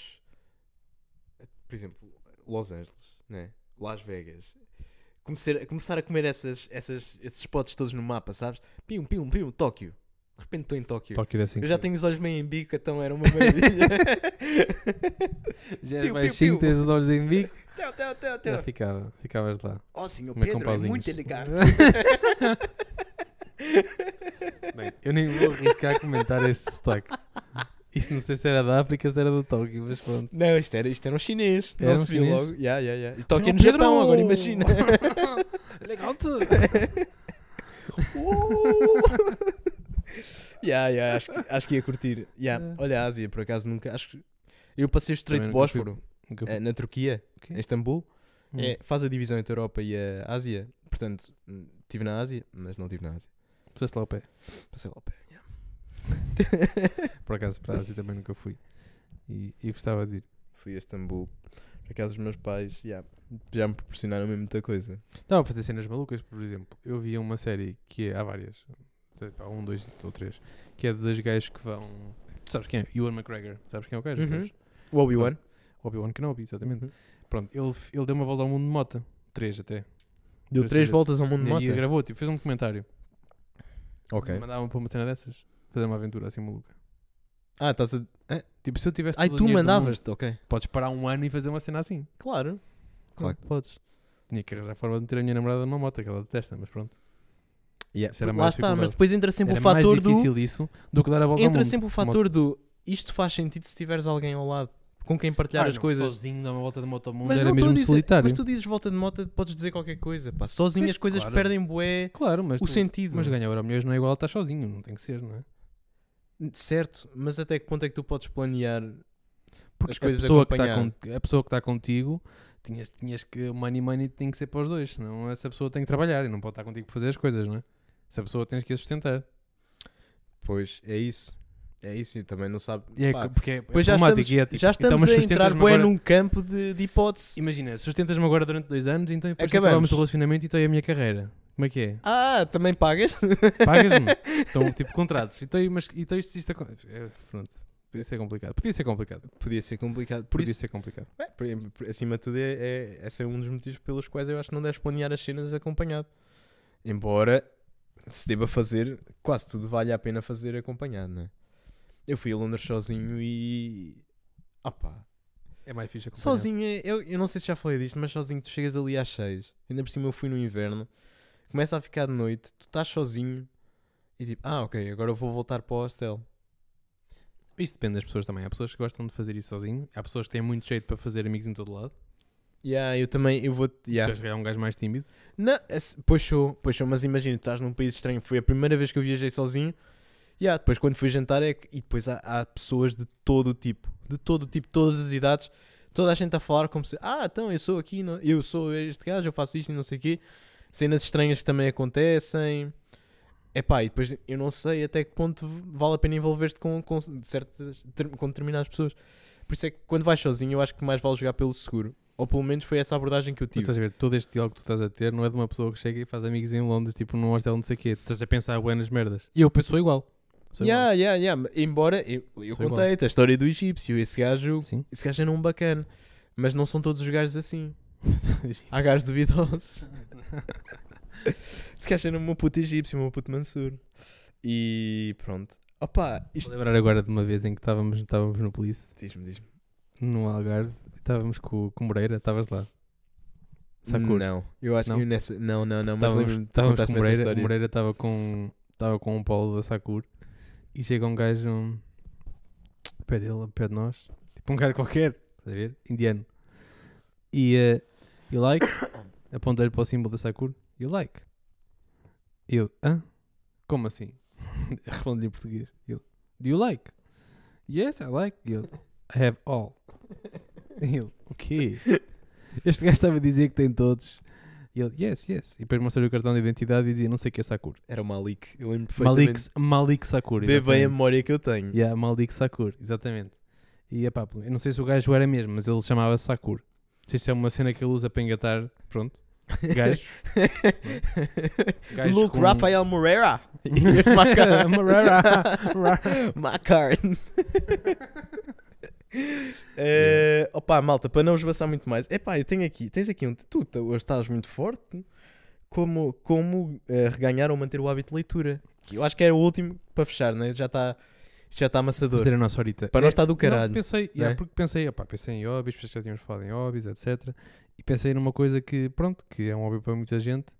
A: por exemplo, Los Angeles, né? Las Vegas, começar, começar a comer essas, essas, esses spots todos no mapa, sabes? Pium, pium, pium, Tóquio. De repente estou em Tóquio.
B: Tóquio deve ser
A: Eu já
B: incrível.
A: tenho os olhos meio em bico, então [laughs] era uma maravilha. [laughs] Piu,
B: Já eras
A: piu,
B: baixinho,
A: piu.
B: tens os olhos em bico.
A: teu, teu, teu,
B: Já
A: teu.
B: ficava, ficavas lá.
A: Oh, senhor
B: Comer com
A: Pedro, é
B: pauzinhos.
A: muito [laughs] elegante.
B: [laughs] Bem, eu nem vou arriscar a comentar este sotaque. Isto não sei se era da África, se era do Tóquio, mas pronto.
A: Não, isto era, isto era um chinês.
B: Era
A: não
B: um
A: se viu
B: chinês? um
A: logo. Yeah, yeah, yeah. E
B: Olha
A: Tóquio
B: o
A: no
B: Pedro!
A: Japão, agora
B: [laughs]
A: imagina. [laughs]
B: Legal tudo. [laughs]
A: yeah, yeah, acho, que, acho que ia curtir. Yeah.
B: Yeah.
A: Olha, a Ásia, por acaso nunca. Acho que eu passei o Estreito
B: É. Também
A: de
B: nunca fui. Hum.
A: Bósforo eh, na Turquia, em Istambul. É, faz a divisão entre a Europa e a Ásia. Portanto, hum, estive na Ásia, mas não estive na Ásia.
B: Puseste lá o pé.
A: Passei lá ao pé. yeah.
B: Por acaso, para a Ásia também nunca fui. E, e gostava de ir.
A: Fui a Istambul. Por acaso, os meus pais yeah, já me proporcionaram mesmo muita coisa.
B: Estava a fazer cenas malucas, por exemplo. Eu via uma série que é, há várias. sei lá, Há um, dois ou três. Que é de dois gajos que vão. Tu sabes quem é? Ewan McGregor. Sabes quem é o gajo?
A: Uhum.
B: Sabes?
A: O Obi-Wan.
B: Obi-Wan Kenobi, exatamente.
A: Uhum.
B: Pronto, ele, f- ele deu uma volta ao mundo de moto. Três até.
A: Deu
B: Três
A: três
B: vezes.
A: voltas ao mundo de
B: E, e
A: moto.
B: gravou, tipo, fez um documentário.
A: Ok.
B: Mandavam para uma cena dessas. Fazer uma aventura assim maluca.
A: Ah, estás a.
B: Tipo, se eu tivesse.
A: Ai,
B: todo o
A: tu
B: dinheiro do mundo,
A: mandavas-te, ok.
B: Podes parar um ano e fazer uma cena assim.
A: Claro. Claro que podes.
B: Tinha que arranjar forma de meter a minha namorada numa moto, que ela detesta, mas pronto.
A: Yeah.
B: Isso era
A: Lá
B: mais
A: está, mas
B: dificuldade.
A: depois entra sempre
B: Era
A: o fator
B: mais
A: do.
B: difícil isso do que dar a volta
A: Entra
B: ao mundo.
A: sempre o fator do isto faz sentido se tiveres alguém ao lado com quem partilhar
B: Ah,
A: as
B: não,
A: coisas.
B: Sozinho, dar uma volta de moto ao mundo
A: Mas
B: era
A: não estou a
B: mesmo
A: dizer-
B: solitário.
A: Mas tu dizes volta de moto, podes dizer qualquer coisa. Pá. Sozinho
B: Pois,
A: as coisas
B: claro.
A: perdem bué
B: Claro, mas,
A: o
B: tu-
A: sentido.
B: mas ganhar euro milhões não é igual a estar sozinho, não tem que ser, não é?
A: Certo, mas até que ponto é que tu podes planear?
B: Porque
A: As coisas
B: a, pessoa que tá
A: acompanhar.
B: con- a pessoa que está contigo, tinhas, tinhas que. O money money tem que ser para os dois, senão essa pessoa tem que trabalhar e não pode estar contigo para fazer as coisas, não é? Essa pessoa tens que a sustentar.
A: Pois, é isso. É isso, e também não sabe.
B: E é,
A: pá.
B: que- porque é, é
A: pois já
B: problemático
A: estamos,
B: e é tipo,
A: já
B: então,
A: estamos
B: mas
A: a entrar
B: sustentas-me
A: bué
B: agora-
A: num campo de, de hipótese.
B: Imagina, sustentas-me agora durante dois anos, então depois que
A: Acabamos.
B: acabamos o relacionamento e então é a minha carreira. Como é que é?
A: Ah, também pagas?
B: [laughs] Pagas-me? então, tipo, contratos. Então, mas, então isto, isto acon- é, Pronto. Podia ser complicado. Podia ser complicado.
A: Podia ser complicado. Por
B: Podia
A: isso,
B: ser complicado.
A: Bem, por- por- acima de tudo, é, é- esse é um dos motivos pelos quais eu acho que não deves planear as cenas acompanhado. Embora se deva fazer, quase tudo vale a pena fazer acompanhado, não é? Eu fui a Londres sozinho e. Opá.
B: É mais fixe acompanhar.
A: Sozinho, é- eu, eu não sei se já falei disto, mas sozinho tu chegas ali às 6, ainda por cima eu fui no inverno, começa a ficar de noite, tu estás sozinho e tipo, ah, ok, agora eu vou voltar para o hostel.
B: Isso depende das pessoas também. Há pessoas que gostam de fazer isso sozinho. Há pessoas que têm muito jeito para fazer amigos em todo lado.
A: Yeah, eu também, eu vou.
B: Tu
A: Yeah.
B: és se calhar, um gajo mais tímido.
A: Não, é se- pois sou, pois sou, mas imagina, tu estás num país estranho, foi a primeira vez que eu viajei sozinho. E há, depois quando fui jantar é que, e depois há, há pessoas de todo o tipo, de todo o tipo, todas as idades, toda a gente a falar como se, ah, então eu sou aqui, não- eu sou este gajo, eu faço isto e não sei o quê. Cenas estranhas que também acontecem. Epá, e depois eu não sei até que ponto vale a pena envolver-te com, com certas ter- com determinadas pessoas. Por isso é que quando vais sozinho eu acho que mais vale jogar pelo seguro. Ou pelo menos foi essa abordagem que eu
B: Mas
A: tive.
B: estás a ver, todo este diálogo que tu estás a ter não é de uma pessoa que chega e faz amigos em Londres, tipo num hostel, não sei o quê. Tu Estás a pensar bué nas merdas. E eu penso igual. Sou igual.
A: Yeah, yeah, yeah. Embora eu, eu
B: Sou igual.
A: contei-te a história do egípcio, esse gajo,
B: Sim.
A: esse gajo era um bacana, mas não são todos os gajos
B: [laughs]
A: assim. Há gajos duvidosos. esse gajo é era uma puta egípcio, uma puta Mansur. E pronto. Opa,
B: Vou
A: isto.
B: lembrar agora de uma vez em que estávamos, estávamos no Police,
A: Diz-me, diz-me.
B: no Algarve, estávamos com, o- com o Moreira, estavas lá. Sacou?
A: Não, eu acho
B: Não?
A: que eu nessa. Não, não, não, mas
B: Estávamos,
A: lembro-me de
B: estávamos
A: contar
B: com o
A: essa
B: Moreira, o
A: história.
B: Moreira estava com, estava com um Paulo da Sacur E chega um gajo um, ao pé dele, ao pé de nós. Tipo um gajo qualquer, estás a ver? Indiano. E eh, you like? Apontei-lhe para o símbolo da Sakura. You like? Ele, hã? Como assim? [laughs] Respondi em português. Ele, do you like? Yes, I like. Ele, I have all. Ele, o quê? Este gajo estava a dizer que tem todos. E ele, yes, yes. E depois mostrou-lhe o cartão de identidade e dizia, não sei o que é Sakura.
A: [coughs] Era o Malik. Eu lembro
B: Malik,
A: perfeitamente.
B: Malik
A: Vê
B: Sakura.
A: bem a
B: exatamente.
A: memória que eu tenho.
B: Yeah, Malik Sakur, exatamente. E epá, eu não sei se o gajo era mesmo, mas ele chamava se Sakur. Não sei se é uma cena que ele usa para engatar, pronto.
A: [laughs]
B: Gajos. Gajos
A: Luke
B: com-
A: Rafael
B: [laughs]
A: Moreira. [laughs]
B: Moreira.
A: [laughs] Macarn. Eh, opa, malta, para não esbaçar muito mais. Epá, eu tenho aqui, tens aqui um. Tu t- hoje estás muito forte. Como, como eh, reganhar ou manter o hábito de leitura? Que eu acho que era o último para fechar, né? Já está já tá amassador.
B: Fazer a nossa horita.
A: Para
B: É,
A: nós está do caralho.
B: Não, pensei,
A: não
B: yeah,
A: é?
B: porque pensei, opá, pensei em hobbies, vocês já tínhamos falado em hobbies, etc. E pensei numa coisa que, pronto, que é um hobby para muita gente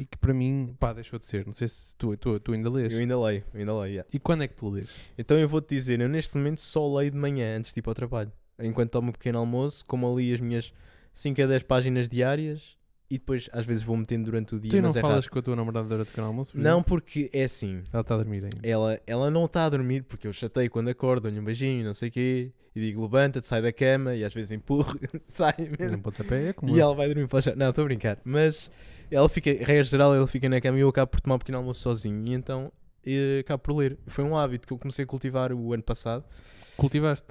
B: e que para mim, pá, deixou de ser. Não sei se tu, tu, tu ainda lês.
A: eu ainda leio, eu ainda leio. yeah.
B: E quando é que tu lês?
A: Então eu vou-te dizer, eu neste momento só leio de manhã antes de ir para o trabalho. Enquanto tomo um pequeno almoço, como ali as minhas 5 a 10 páginas diárias e depois às vezes vou metendo durante o dia.
B: tu não
A: mas é raro.
B: falas com a tua namorada durante o canal almoço? por
A: Não,
B: exemplo?
A: porque é assim.
B: Ela está a dormir ainda.
A: Ela, ela não está a dormir porque eu chateio quando acordo, dou-lhe um beijinho, não sei o quê, e digo levanta-te, sai da cama, e às vezes empurro, [laughs] sai
B: Um
A: mesmo.
B: pontapé é como
A: E
B: eu.
A: ela vai dormir para o chão. Não, estou a brincar. Mas ela fica, regra geral, ela fica na cama e eu acabo por tomar um pequeno almoço sozinho, e então eh, acabo por ler. Foi um hábito que eu comecei a cultivar o ano passado.
B: cultivaste.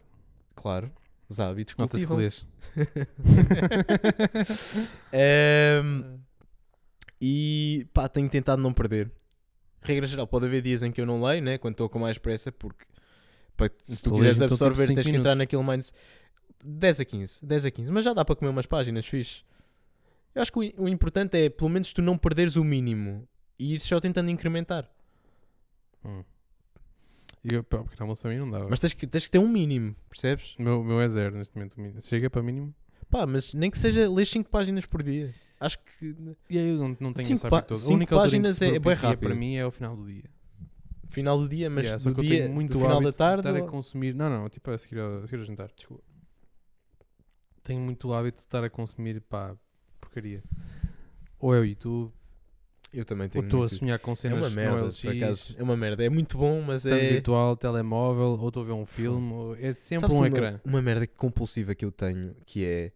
A: Claro, os hábitos
B: Nota-se que
A: cultivam-se. [laughs]
B: lês.
A: Ahm,
B: Hum.
A: E pá, tenho tentado não perder. Regra geral, pode haver dias em que eu não leio, né? Quando estou com mais pressa, porque pá, se tu
B: Tu lês
A: quiseres
B: então, tipo,
A: absorver,
B: cinco
A: tens que entrar
B: minutos.
A: naquele mindset. 10 a 15, 10 a 15, mas já dá para comer umas páginas fixe. Eu acho que o, i- o importante é, pelo menos, tu não perderes o mínimo e ir só tentando incrementar.
B: Hum. E eu, pá, porque almoço a mim não dava.
A: Mas tens que, tens que ter um mínimo, percebes?
B: o meu, o meu é zero neste momento. o mínimo. Chega para mínimo.
A: Pá, mas nem que seja ler 5 páginas por dia. Acho que
B: E aí eu não, não tenho
A: Cinco
B: esse
A: pá-
B: hábito todo.
A: cinco
B: A única altura em que
A: páginas
B: se
A: é- é bué
B: propicia
A: rápido.
B: para mim é ao final do dia.
A: final do dia, mas
B: Yeah, só
A: do
B: que eu
A: dia,
B: tenho muito
A: do final
B: hábito
A: da
B: de é
A: tarde.
B: estar a
A: ou-
B: consumir. Não, não, tipo a seguir ao, a seguir ao jantar, desculpa. Tenho muito hábito de estar a consumir, pá, porcaria. Ou é o YouTube,
A: Eu também
B: ou
A: tenho.
B: estou a
A: muito isso.
B: sonhar com cenas
A: é uma merda,
B: no
A: por
B: LX,
A: acaso. É uma merda. É muito bom, mas
B: stand
A: é.
B: virtual, telemóvel, ou estou a ver um filme, ou- é sempre
A: Sabes
B: um
A: uma,
B: ecrã.
A: Uma merda compulsiva que eu tenho, que é.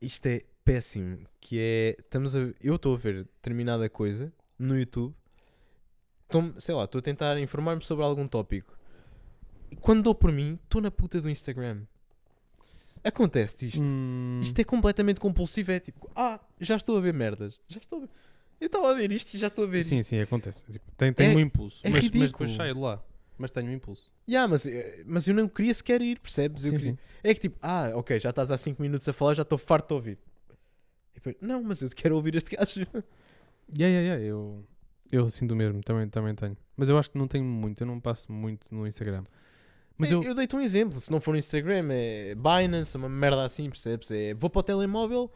A: Isto é péssimo. Que é. Estamos a, eu estou a ver determinada coisa no YouTube. Tô, sei lá, estou a tentar informar-me sobre algum tópico. E quando dou por mim, estou na puta do Instagram. Acontece isto.
B: Hum.
A: Isto é completamente compulsivo. É tipo, ah, já estou a ver merdas. Já estou a ver. Eu estava a ver isto e já estou a ver
B: Sim,
A: isto. sim.
B: sim, acontece. Tipo, tenho, tenho um impulso,
A: é
B: mas, mas
A: ridículo.
B: depois saio de lá. Mas tenho um impulso.
A: Yeah, mas, eh, mas eu não queria sequer ir, percebes? Eu
B: Sim,
A: queria-
B: sim.
A: É que tipo, ah, ok, já estás há 5 minutos a falar, já estou farto de ouvir. E depois, não, mas eu quero ouvir este gajo.
B: Yeah, yeah, yeah, Eu, eu sinto o mesmo, também, também tenho. Mas eu acho que não tenho muito, eu não passo muito no Instagram. [laughs] Mas
A: É,
B: eu,
A: eu dei-te um exemplo, se não for no Instagram, é Binance, uma merda assim, percebes? É, vou para o telemóvel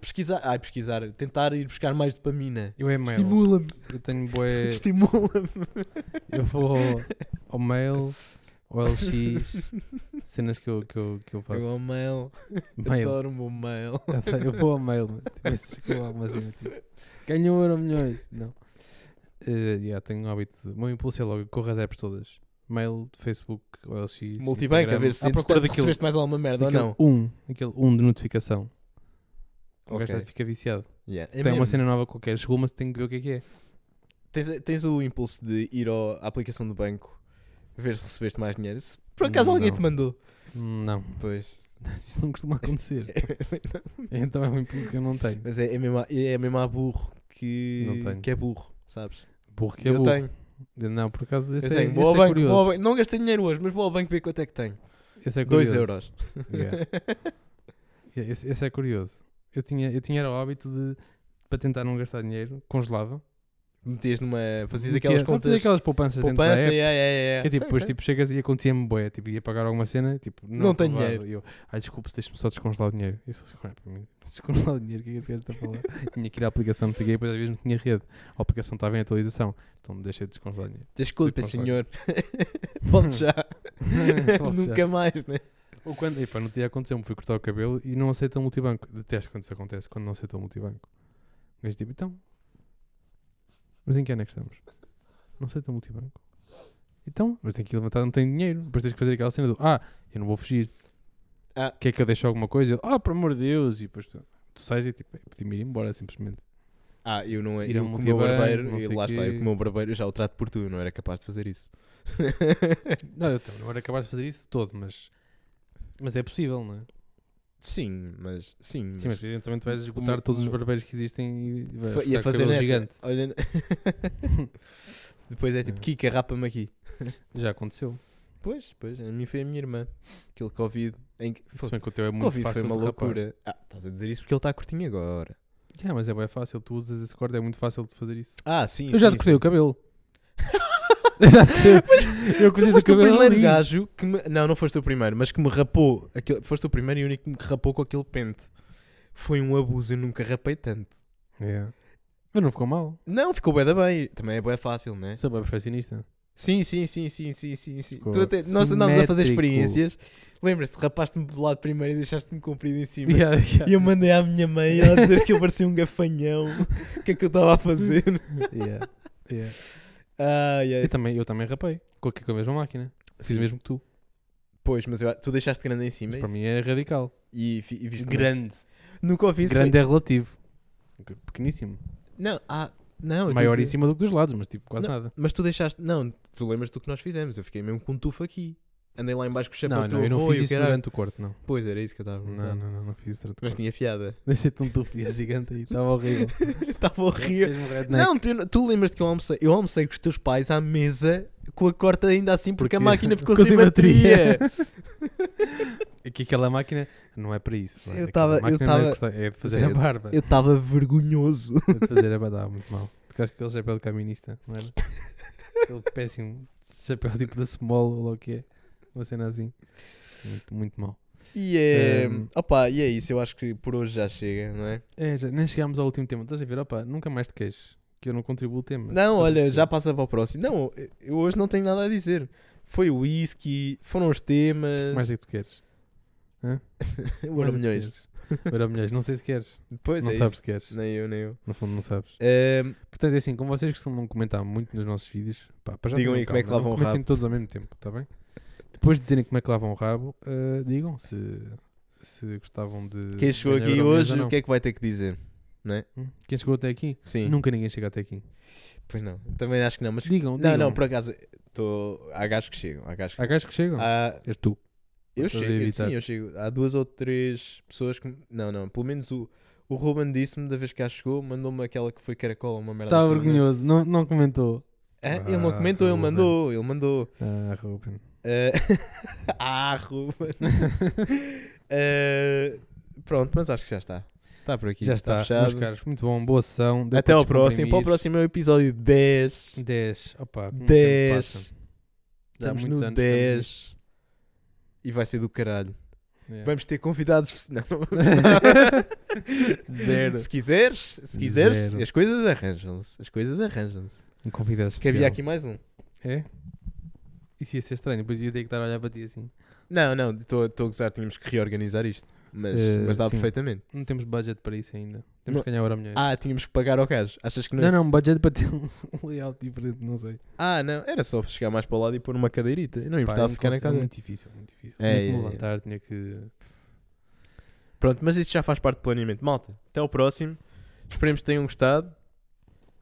A: pesquisar, ai, pesquisar, tentar ir buscar mais dopamina.
B: eu é mail.
A: Estimula-me,
B: Eu tenho boé.
A: estimula-me.
B: Eu vou ao- ao mail, ao LX,
A: [laughs]
B: cenas que eu, que eu, que eu faço.
A: Eu amo mail,
B: mail.
A: adoro o meu mail.
B: Eu vou ao mail. mano. Tipo, esses que eu amo, assim, tipo, Ganho um euro milhões. Não. Eh, yeah, tenho um hábito. de- O meu impulso é logo, corro as apps todas. Mail, Facebook, OLX.
A: Multibank, a
B: Instagram.
A: ver se
B: À procura
A: entretanto,
B: daquilo.
A: recebeste mais alguma merda ou
B: Aquele
A: não.
B: Um, aquele um de notificação. O
A: Ok.
B: gajo já fica viciado.
A: Yeah, é
B: Tem
A: mesmo.
B: uma cena nova qualquer, chegou, mas tenho que ver o que é que é.
A: Tens, tens o impulso de ir ao- à aplicação do banco ver se recebeste mais dinheiro. Se por acaso
B: Não.
A: alguém te mandou.
B: Hum, Não,
A: Pois.
B: [laughs] isso não costuma acontecer. então é um impulso que eu não tenho.
A: [laughs] Mas é, é, mesmo, a- é mesmo a burro que,
B: Não tenho.
A: que é burro, sabes?
B: Porque
A: eu
B: eu
A: tenho.
B: é Não, por acaso
A: Eu
B: esse, é,
A: tenho.
B: esse
A: Vou ao
B: é
A: banco, vou ao
B: curioso.
A: banco. Não gastei dinheiro hoje, mas vou ao banco ver quanto é que tenho.
B: Esse é
A: 2
B: curioso. É.
A: euros.
B: [laughs] Yeah. Yeah, esse, esse é curioso. Eu tinha, eu tinha era o hábito de, para tentar não gastar dinheiro, congelava.
A: [laughs] Metias numa. Fazias
B: Metia-
A: aquelas
B: não,
A: contas.
B: fazia aquelas poupanças dentro da
A: poupança,
B: app.
A: yeah, yeah, yeah.
B: Que é tipo,
A: Sei,
B: depois
A: sei.
B: tipo, chegas e acontecia-me boé, tipo, ia pagar alguma cena, tipo, não,
A: Não tenho
B: aprovado. E eu, ai desculpe, deixa-me só descongelar o dinheiro. E eu só assim, "Ué, para mim, descongelar o dinheiro, o que é que este gajo está a falar? [laughs] tinha que ir à aplicação, não sei o quê, e depois às vezes não tinha rede. A aplicação estava em atualização, então deixei de descongelar o dinheiro.
A: Desculpa,
B: Tipo, [laughs]
A: senhor. Volte já.
B: Volte Hum. já.
A: Nunca mais, né?
B: Ou quando, epá, não tinha acontecido, me fui cortar o cabelo e não aceita o multibanco. Detesto quando isso acontece, quando não aceita o multibanco. Mas tipo, então, mas em que ano é que estamos? Não aceita o multibanco. Então, mas tem que levantar, não tem dinheiro. Depois tens que fazer aquela cena do, ah, eu não vou fugir.
A: Ah.
B: Quer que eu deixe alguma coisa? Ele, ah, por amor de Deus. E depois tu, tu sais e tipo, é, pedi-me ir embora, simplesmente.
A: Ah, eu não
B: Ir
A: eu
B: a
A: com
B: um
A: o meu
B: multibanco,
A: barbeiro,
B: não
A: e
B: sei
A: lá está, eu
B: quê.
A: com o meu barbeiro eu já o trato por tu, eu não era capaz de fazer isso. [laughs]
B: Não, eu também não era capaz de fazer isso de todo, mas... Mas é possível, não é?
A: Sim, mas sim.
B: Sim, mas eventualmente vais
A: Mo-
B: esgotar todos os
A: mo-
B: barbeiros que existem e vais
A: Fa- ia
B: ficar com o
A: fazer
B: cabelo
A: nessa.
B: gigante. [laughs]
A: Olha... Depois é tipo,
B: É.
A: Kika, rapa-me aqui.
B: Já aconteceu.
A: Pois, pois, a mim foi a minha irmã. Aquele Covid em que.
B: Se
A: Foi,
B: bem que o teu é muito
A: Covid foi
B: fácil
A: uma
B: de rapar.
A: loucura. Ah, estás a dizer isso porque ele está curtinho agora.
B: Yeah, mas é bem fácil, tu usas esse corte, é muito fácil de fazer isso.
A: Ah, sim.
B: eu já
A: sim,
B: te cortei
A: sim.
B: o cabelo. eu já te
A: [laughs]
B: cortei.
A: Tu
B: Eu cortei o
A: foste o
B: cabelo.
A: primeiro
B: ali.
A: gajo que me. Não, não foste o primeiro, mas que me rapou. Aquele... Foste o primeiro e único que me rapou com aquele pente. Foi um abuso, eu nunca rapei tanto.
B: Yeah. Mas não ficou mal.
A: Não, ficou bué da bem. Também é bué fácil, né?
B: Você é bem perfeccionista.
A: Sim, sim, sim, sim, sim, sim. sim.
B: Ficou
A: Tu até- Nós andámos a fazer
B: simétrico.
A: experiências. Lembras-te, rapaste-me do lado primeiro e deixaste-me comprido em cima. [laughs]
B: Yeah,
A: E
B: yeah.
A: eu mandei à minha mãe ela dizer que eu parecia um
B: [laughs]
A: gafanhão. O que é que eu estava a fazer?
B: Yeah, yeah.
A: Ai, ai.
B: Eu, também, eu também rapei. Coloquei com a mesma máquina. Fiz
A: Sim.
B: o mesmo que tu.
A: Pois, mas eu- tu deixaste grande em cima
B: Mas para mim é radical.
A: e, fi- e viste. também.
B: Grande.
A: Nunca ouvi foi-
B: Grande é relativo. Pequeníssimo.
A: Não, ah, não. eu tô a
B: Maior
A: dizer-
B: em cima do que dos lados, mas tipo quase
A: Não,
B: nada.
A: Mas tu deixaste. Não, tu lembras do que nós fizemos. Eu fiquei mesmo com um tufo aqui. Andei lá embaixo com o chapéu
B: Não,
A: do teu
B: não,
A: avô
B: eu não
A: e
B: fiz
A: o
B: isso
A: caralho.
B: durante o corte, não.
A: Pois era isso que eu estava a perguntar.
B: Não, não, não, não fiz isso durante o
A: Mas
B: corte.
A: tinha piada.
B: Deixei-te um
A: é
B: tufias gigante [laughs] aí, estava
A: [laughs]
B: horrível.
A: Estava horrível.
B: [laughs] Fez um redneck.
A: Não, tu, tu lembras-te que eu almocei, eu almocei com os teus pais à mesa com a corta ainda assim porque, a
B: Porque-
A: máquina ficou,
B: ficou
A: sem
B: sem
A: bateria.
B: [laughs] É que aquela máquina não é para isso. não é?
A: Eu
B: Aquela
A: tava- eu
B: máquina não é
A: tava-
B: cortar, É, de fazer
A: Sério,
B: a barba.
A: eu estava
B: [laughs]
A: vergonhoso.
B: É de fazer a barba, dava muito mal. Tocaste com aquele chapéu de caminista, é não era? Aquele péssimo chapéu tipo da Small ou lá o que é. Uma cena assim. Muito, muito mal.
A: E é.
B: Um,
A: Opa, e é isso. Eu acho que por hoje já chega, não é?
B: É, já, nem chegámos ao último tema. Estás a ver? Opa, nunca mais te queixes. Que eu não contribuo o tema.
A: Não,
B: Estás a
A: olha,
B: perceber?
A: já passa para o próximo. Não, eu hoje não tenho nada a dizer. Foi o whisky, foram os temas. [laughs]
B: Mais é que tu queres.
A: o Euro milhões.
B: Euro milhões. Não sei se queres.
A: Depois
B: não
A: é
B: sabes
A: isso.
B: se queres.
A: Nem eu, nem eu.
B: No fundo, não sabes.
A: Um,
B: Portanto, é assim, como vocês costumam comentar muito nos nossos vídeos, pá, para já
A: Digam
B: tenham
A: aí como é que
B: calma,
A: lavam o
B: não comentem
A: rabo.
B: todos ao mesmo tempo, está bem? Depois de dizerem como é que lavam o rabo, eh, digam se, se gostavam de.
A: quem chegou
B: ganhar
A: aqui
B: Euromilhões ou
A: hoje,
B: não.
A: o que é que vai ter que dizer?
B: Hum? Quem chegou até aqui?
A: Sim.
B: Nunca ninguém chega até aqui.
A: Pois não. Também acho que não, mas.
B: Digam,
A: não,
B: digam.
A: não, por acaso. Tô... Há gajos que chegam. Há gajos que...
B: Há gajos que chegam.
A: Há-
B: És tu.
A: Eu
B: Estás a
A: chego,
B: evitar.
A: sim, eu chego. Há duas ou três pessoas que. Não, não, pelo menos o, o Ruben disse-me da vez que cá chegou, mandou-me aquela que foi caracola, uma merda.
B: Estava
A: assim, não é?
B: Tá vergonhoso, não, não comentou.
A: Hã? ele não
B: Ah,
A: comentou, ele
B: Ruben.
A: mandou, ele mandou.
B: Ah, Ruben.
A: Eh, [laughs] ah, Ruben.
B: [laughs]
A: Eh, pronto, mas acho que já está. Está por aqui. tá
B: Já está, meus
A: fechado.
B: caros, muito bom, boa sessão. deu
A: Até ao
B: descomprimir.
A: próximo. Para o próximo é o episódio 10.
B: 10. Opa, como o tempo
A: 10.
B: passa. Dá
A: Estamos
B: muitos
A: no
B: anos que estamos
A: 10. E vai ser do caralho.
B: Yeah.
A: Vamos ter convidados. espe- Não, não vamos
B: [laughs] Zero.
A: Se quiseres, se quiseres,
B: Zero.
A: as coisas arranjam-se. As coisas arranjam-se.
B: Um convidado
A: Que
B: especial.
A: havia aqui mais um.
B: É? Isso ia ser estranho, depois ia ter que estar a olhar para ti assim.
A: Não, não, estou a gozar, tínhamos que reorganizar isto. Mas,
B: Eh,
A: mas dá
B: sim. Eh.
A: perfeitamente.
B: Não temos budget para isso ainda. Temos
A: Não.
B: que ganhar hora milhões.
A: Ah, tínhamos que pagar ao gajo. Achas que não?
B: não, não, budget para ter [laughs] um um layout diferente, não sei.
A: Ah, não, era só chegar mais para lá e pôr uma cadeirita. Eu não importava
B: não
A: ficar na
B: consigo, é
A: cadeira.
B: muito difícil, muito difícil.
A: É,
B: tinha que
A: é,
B: me
A: é.
B: levantar, tinha que.
A: Pronto, mas isto já faz parte do planeamento. Malta, até ao próximo. Esperemos que tenham gostado.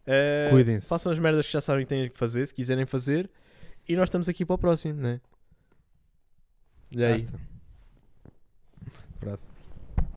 A: Eh,
B: Cuidem-se.
A: Façam as merdas que já sabem que têm que fazer, se quiserem fazer. E nós estamos aqui para o próximo, né? E aí?
B: Basta. Abraço.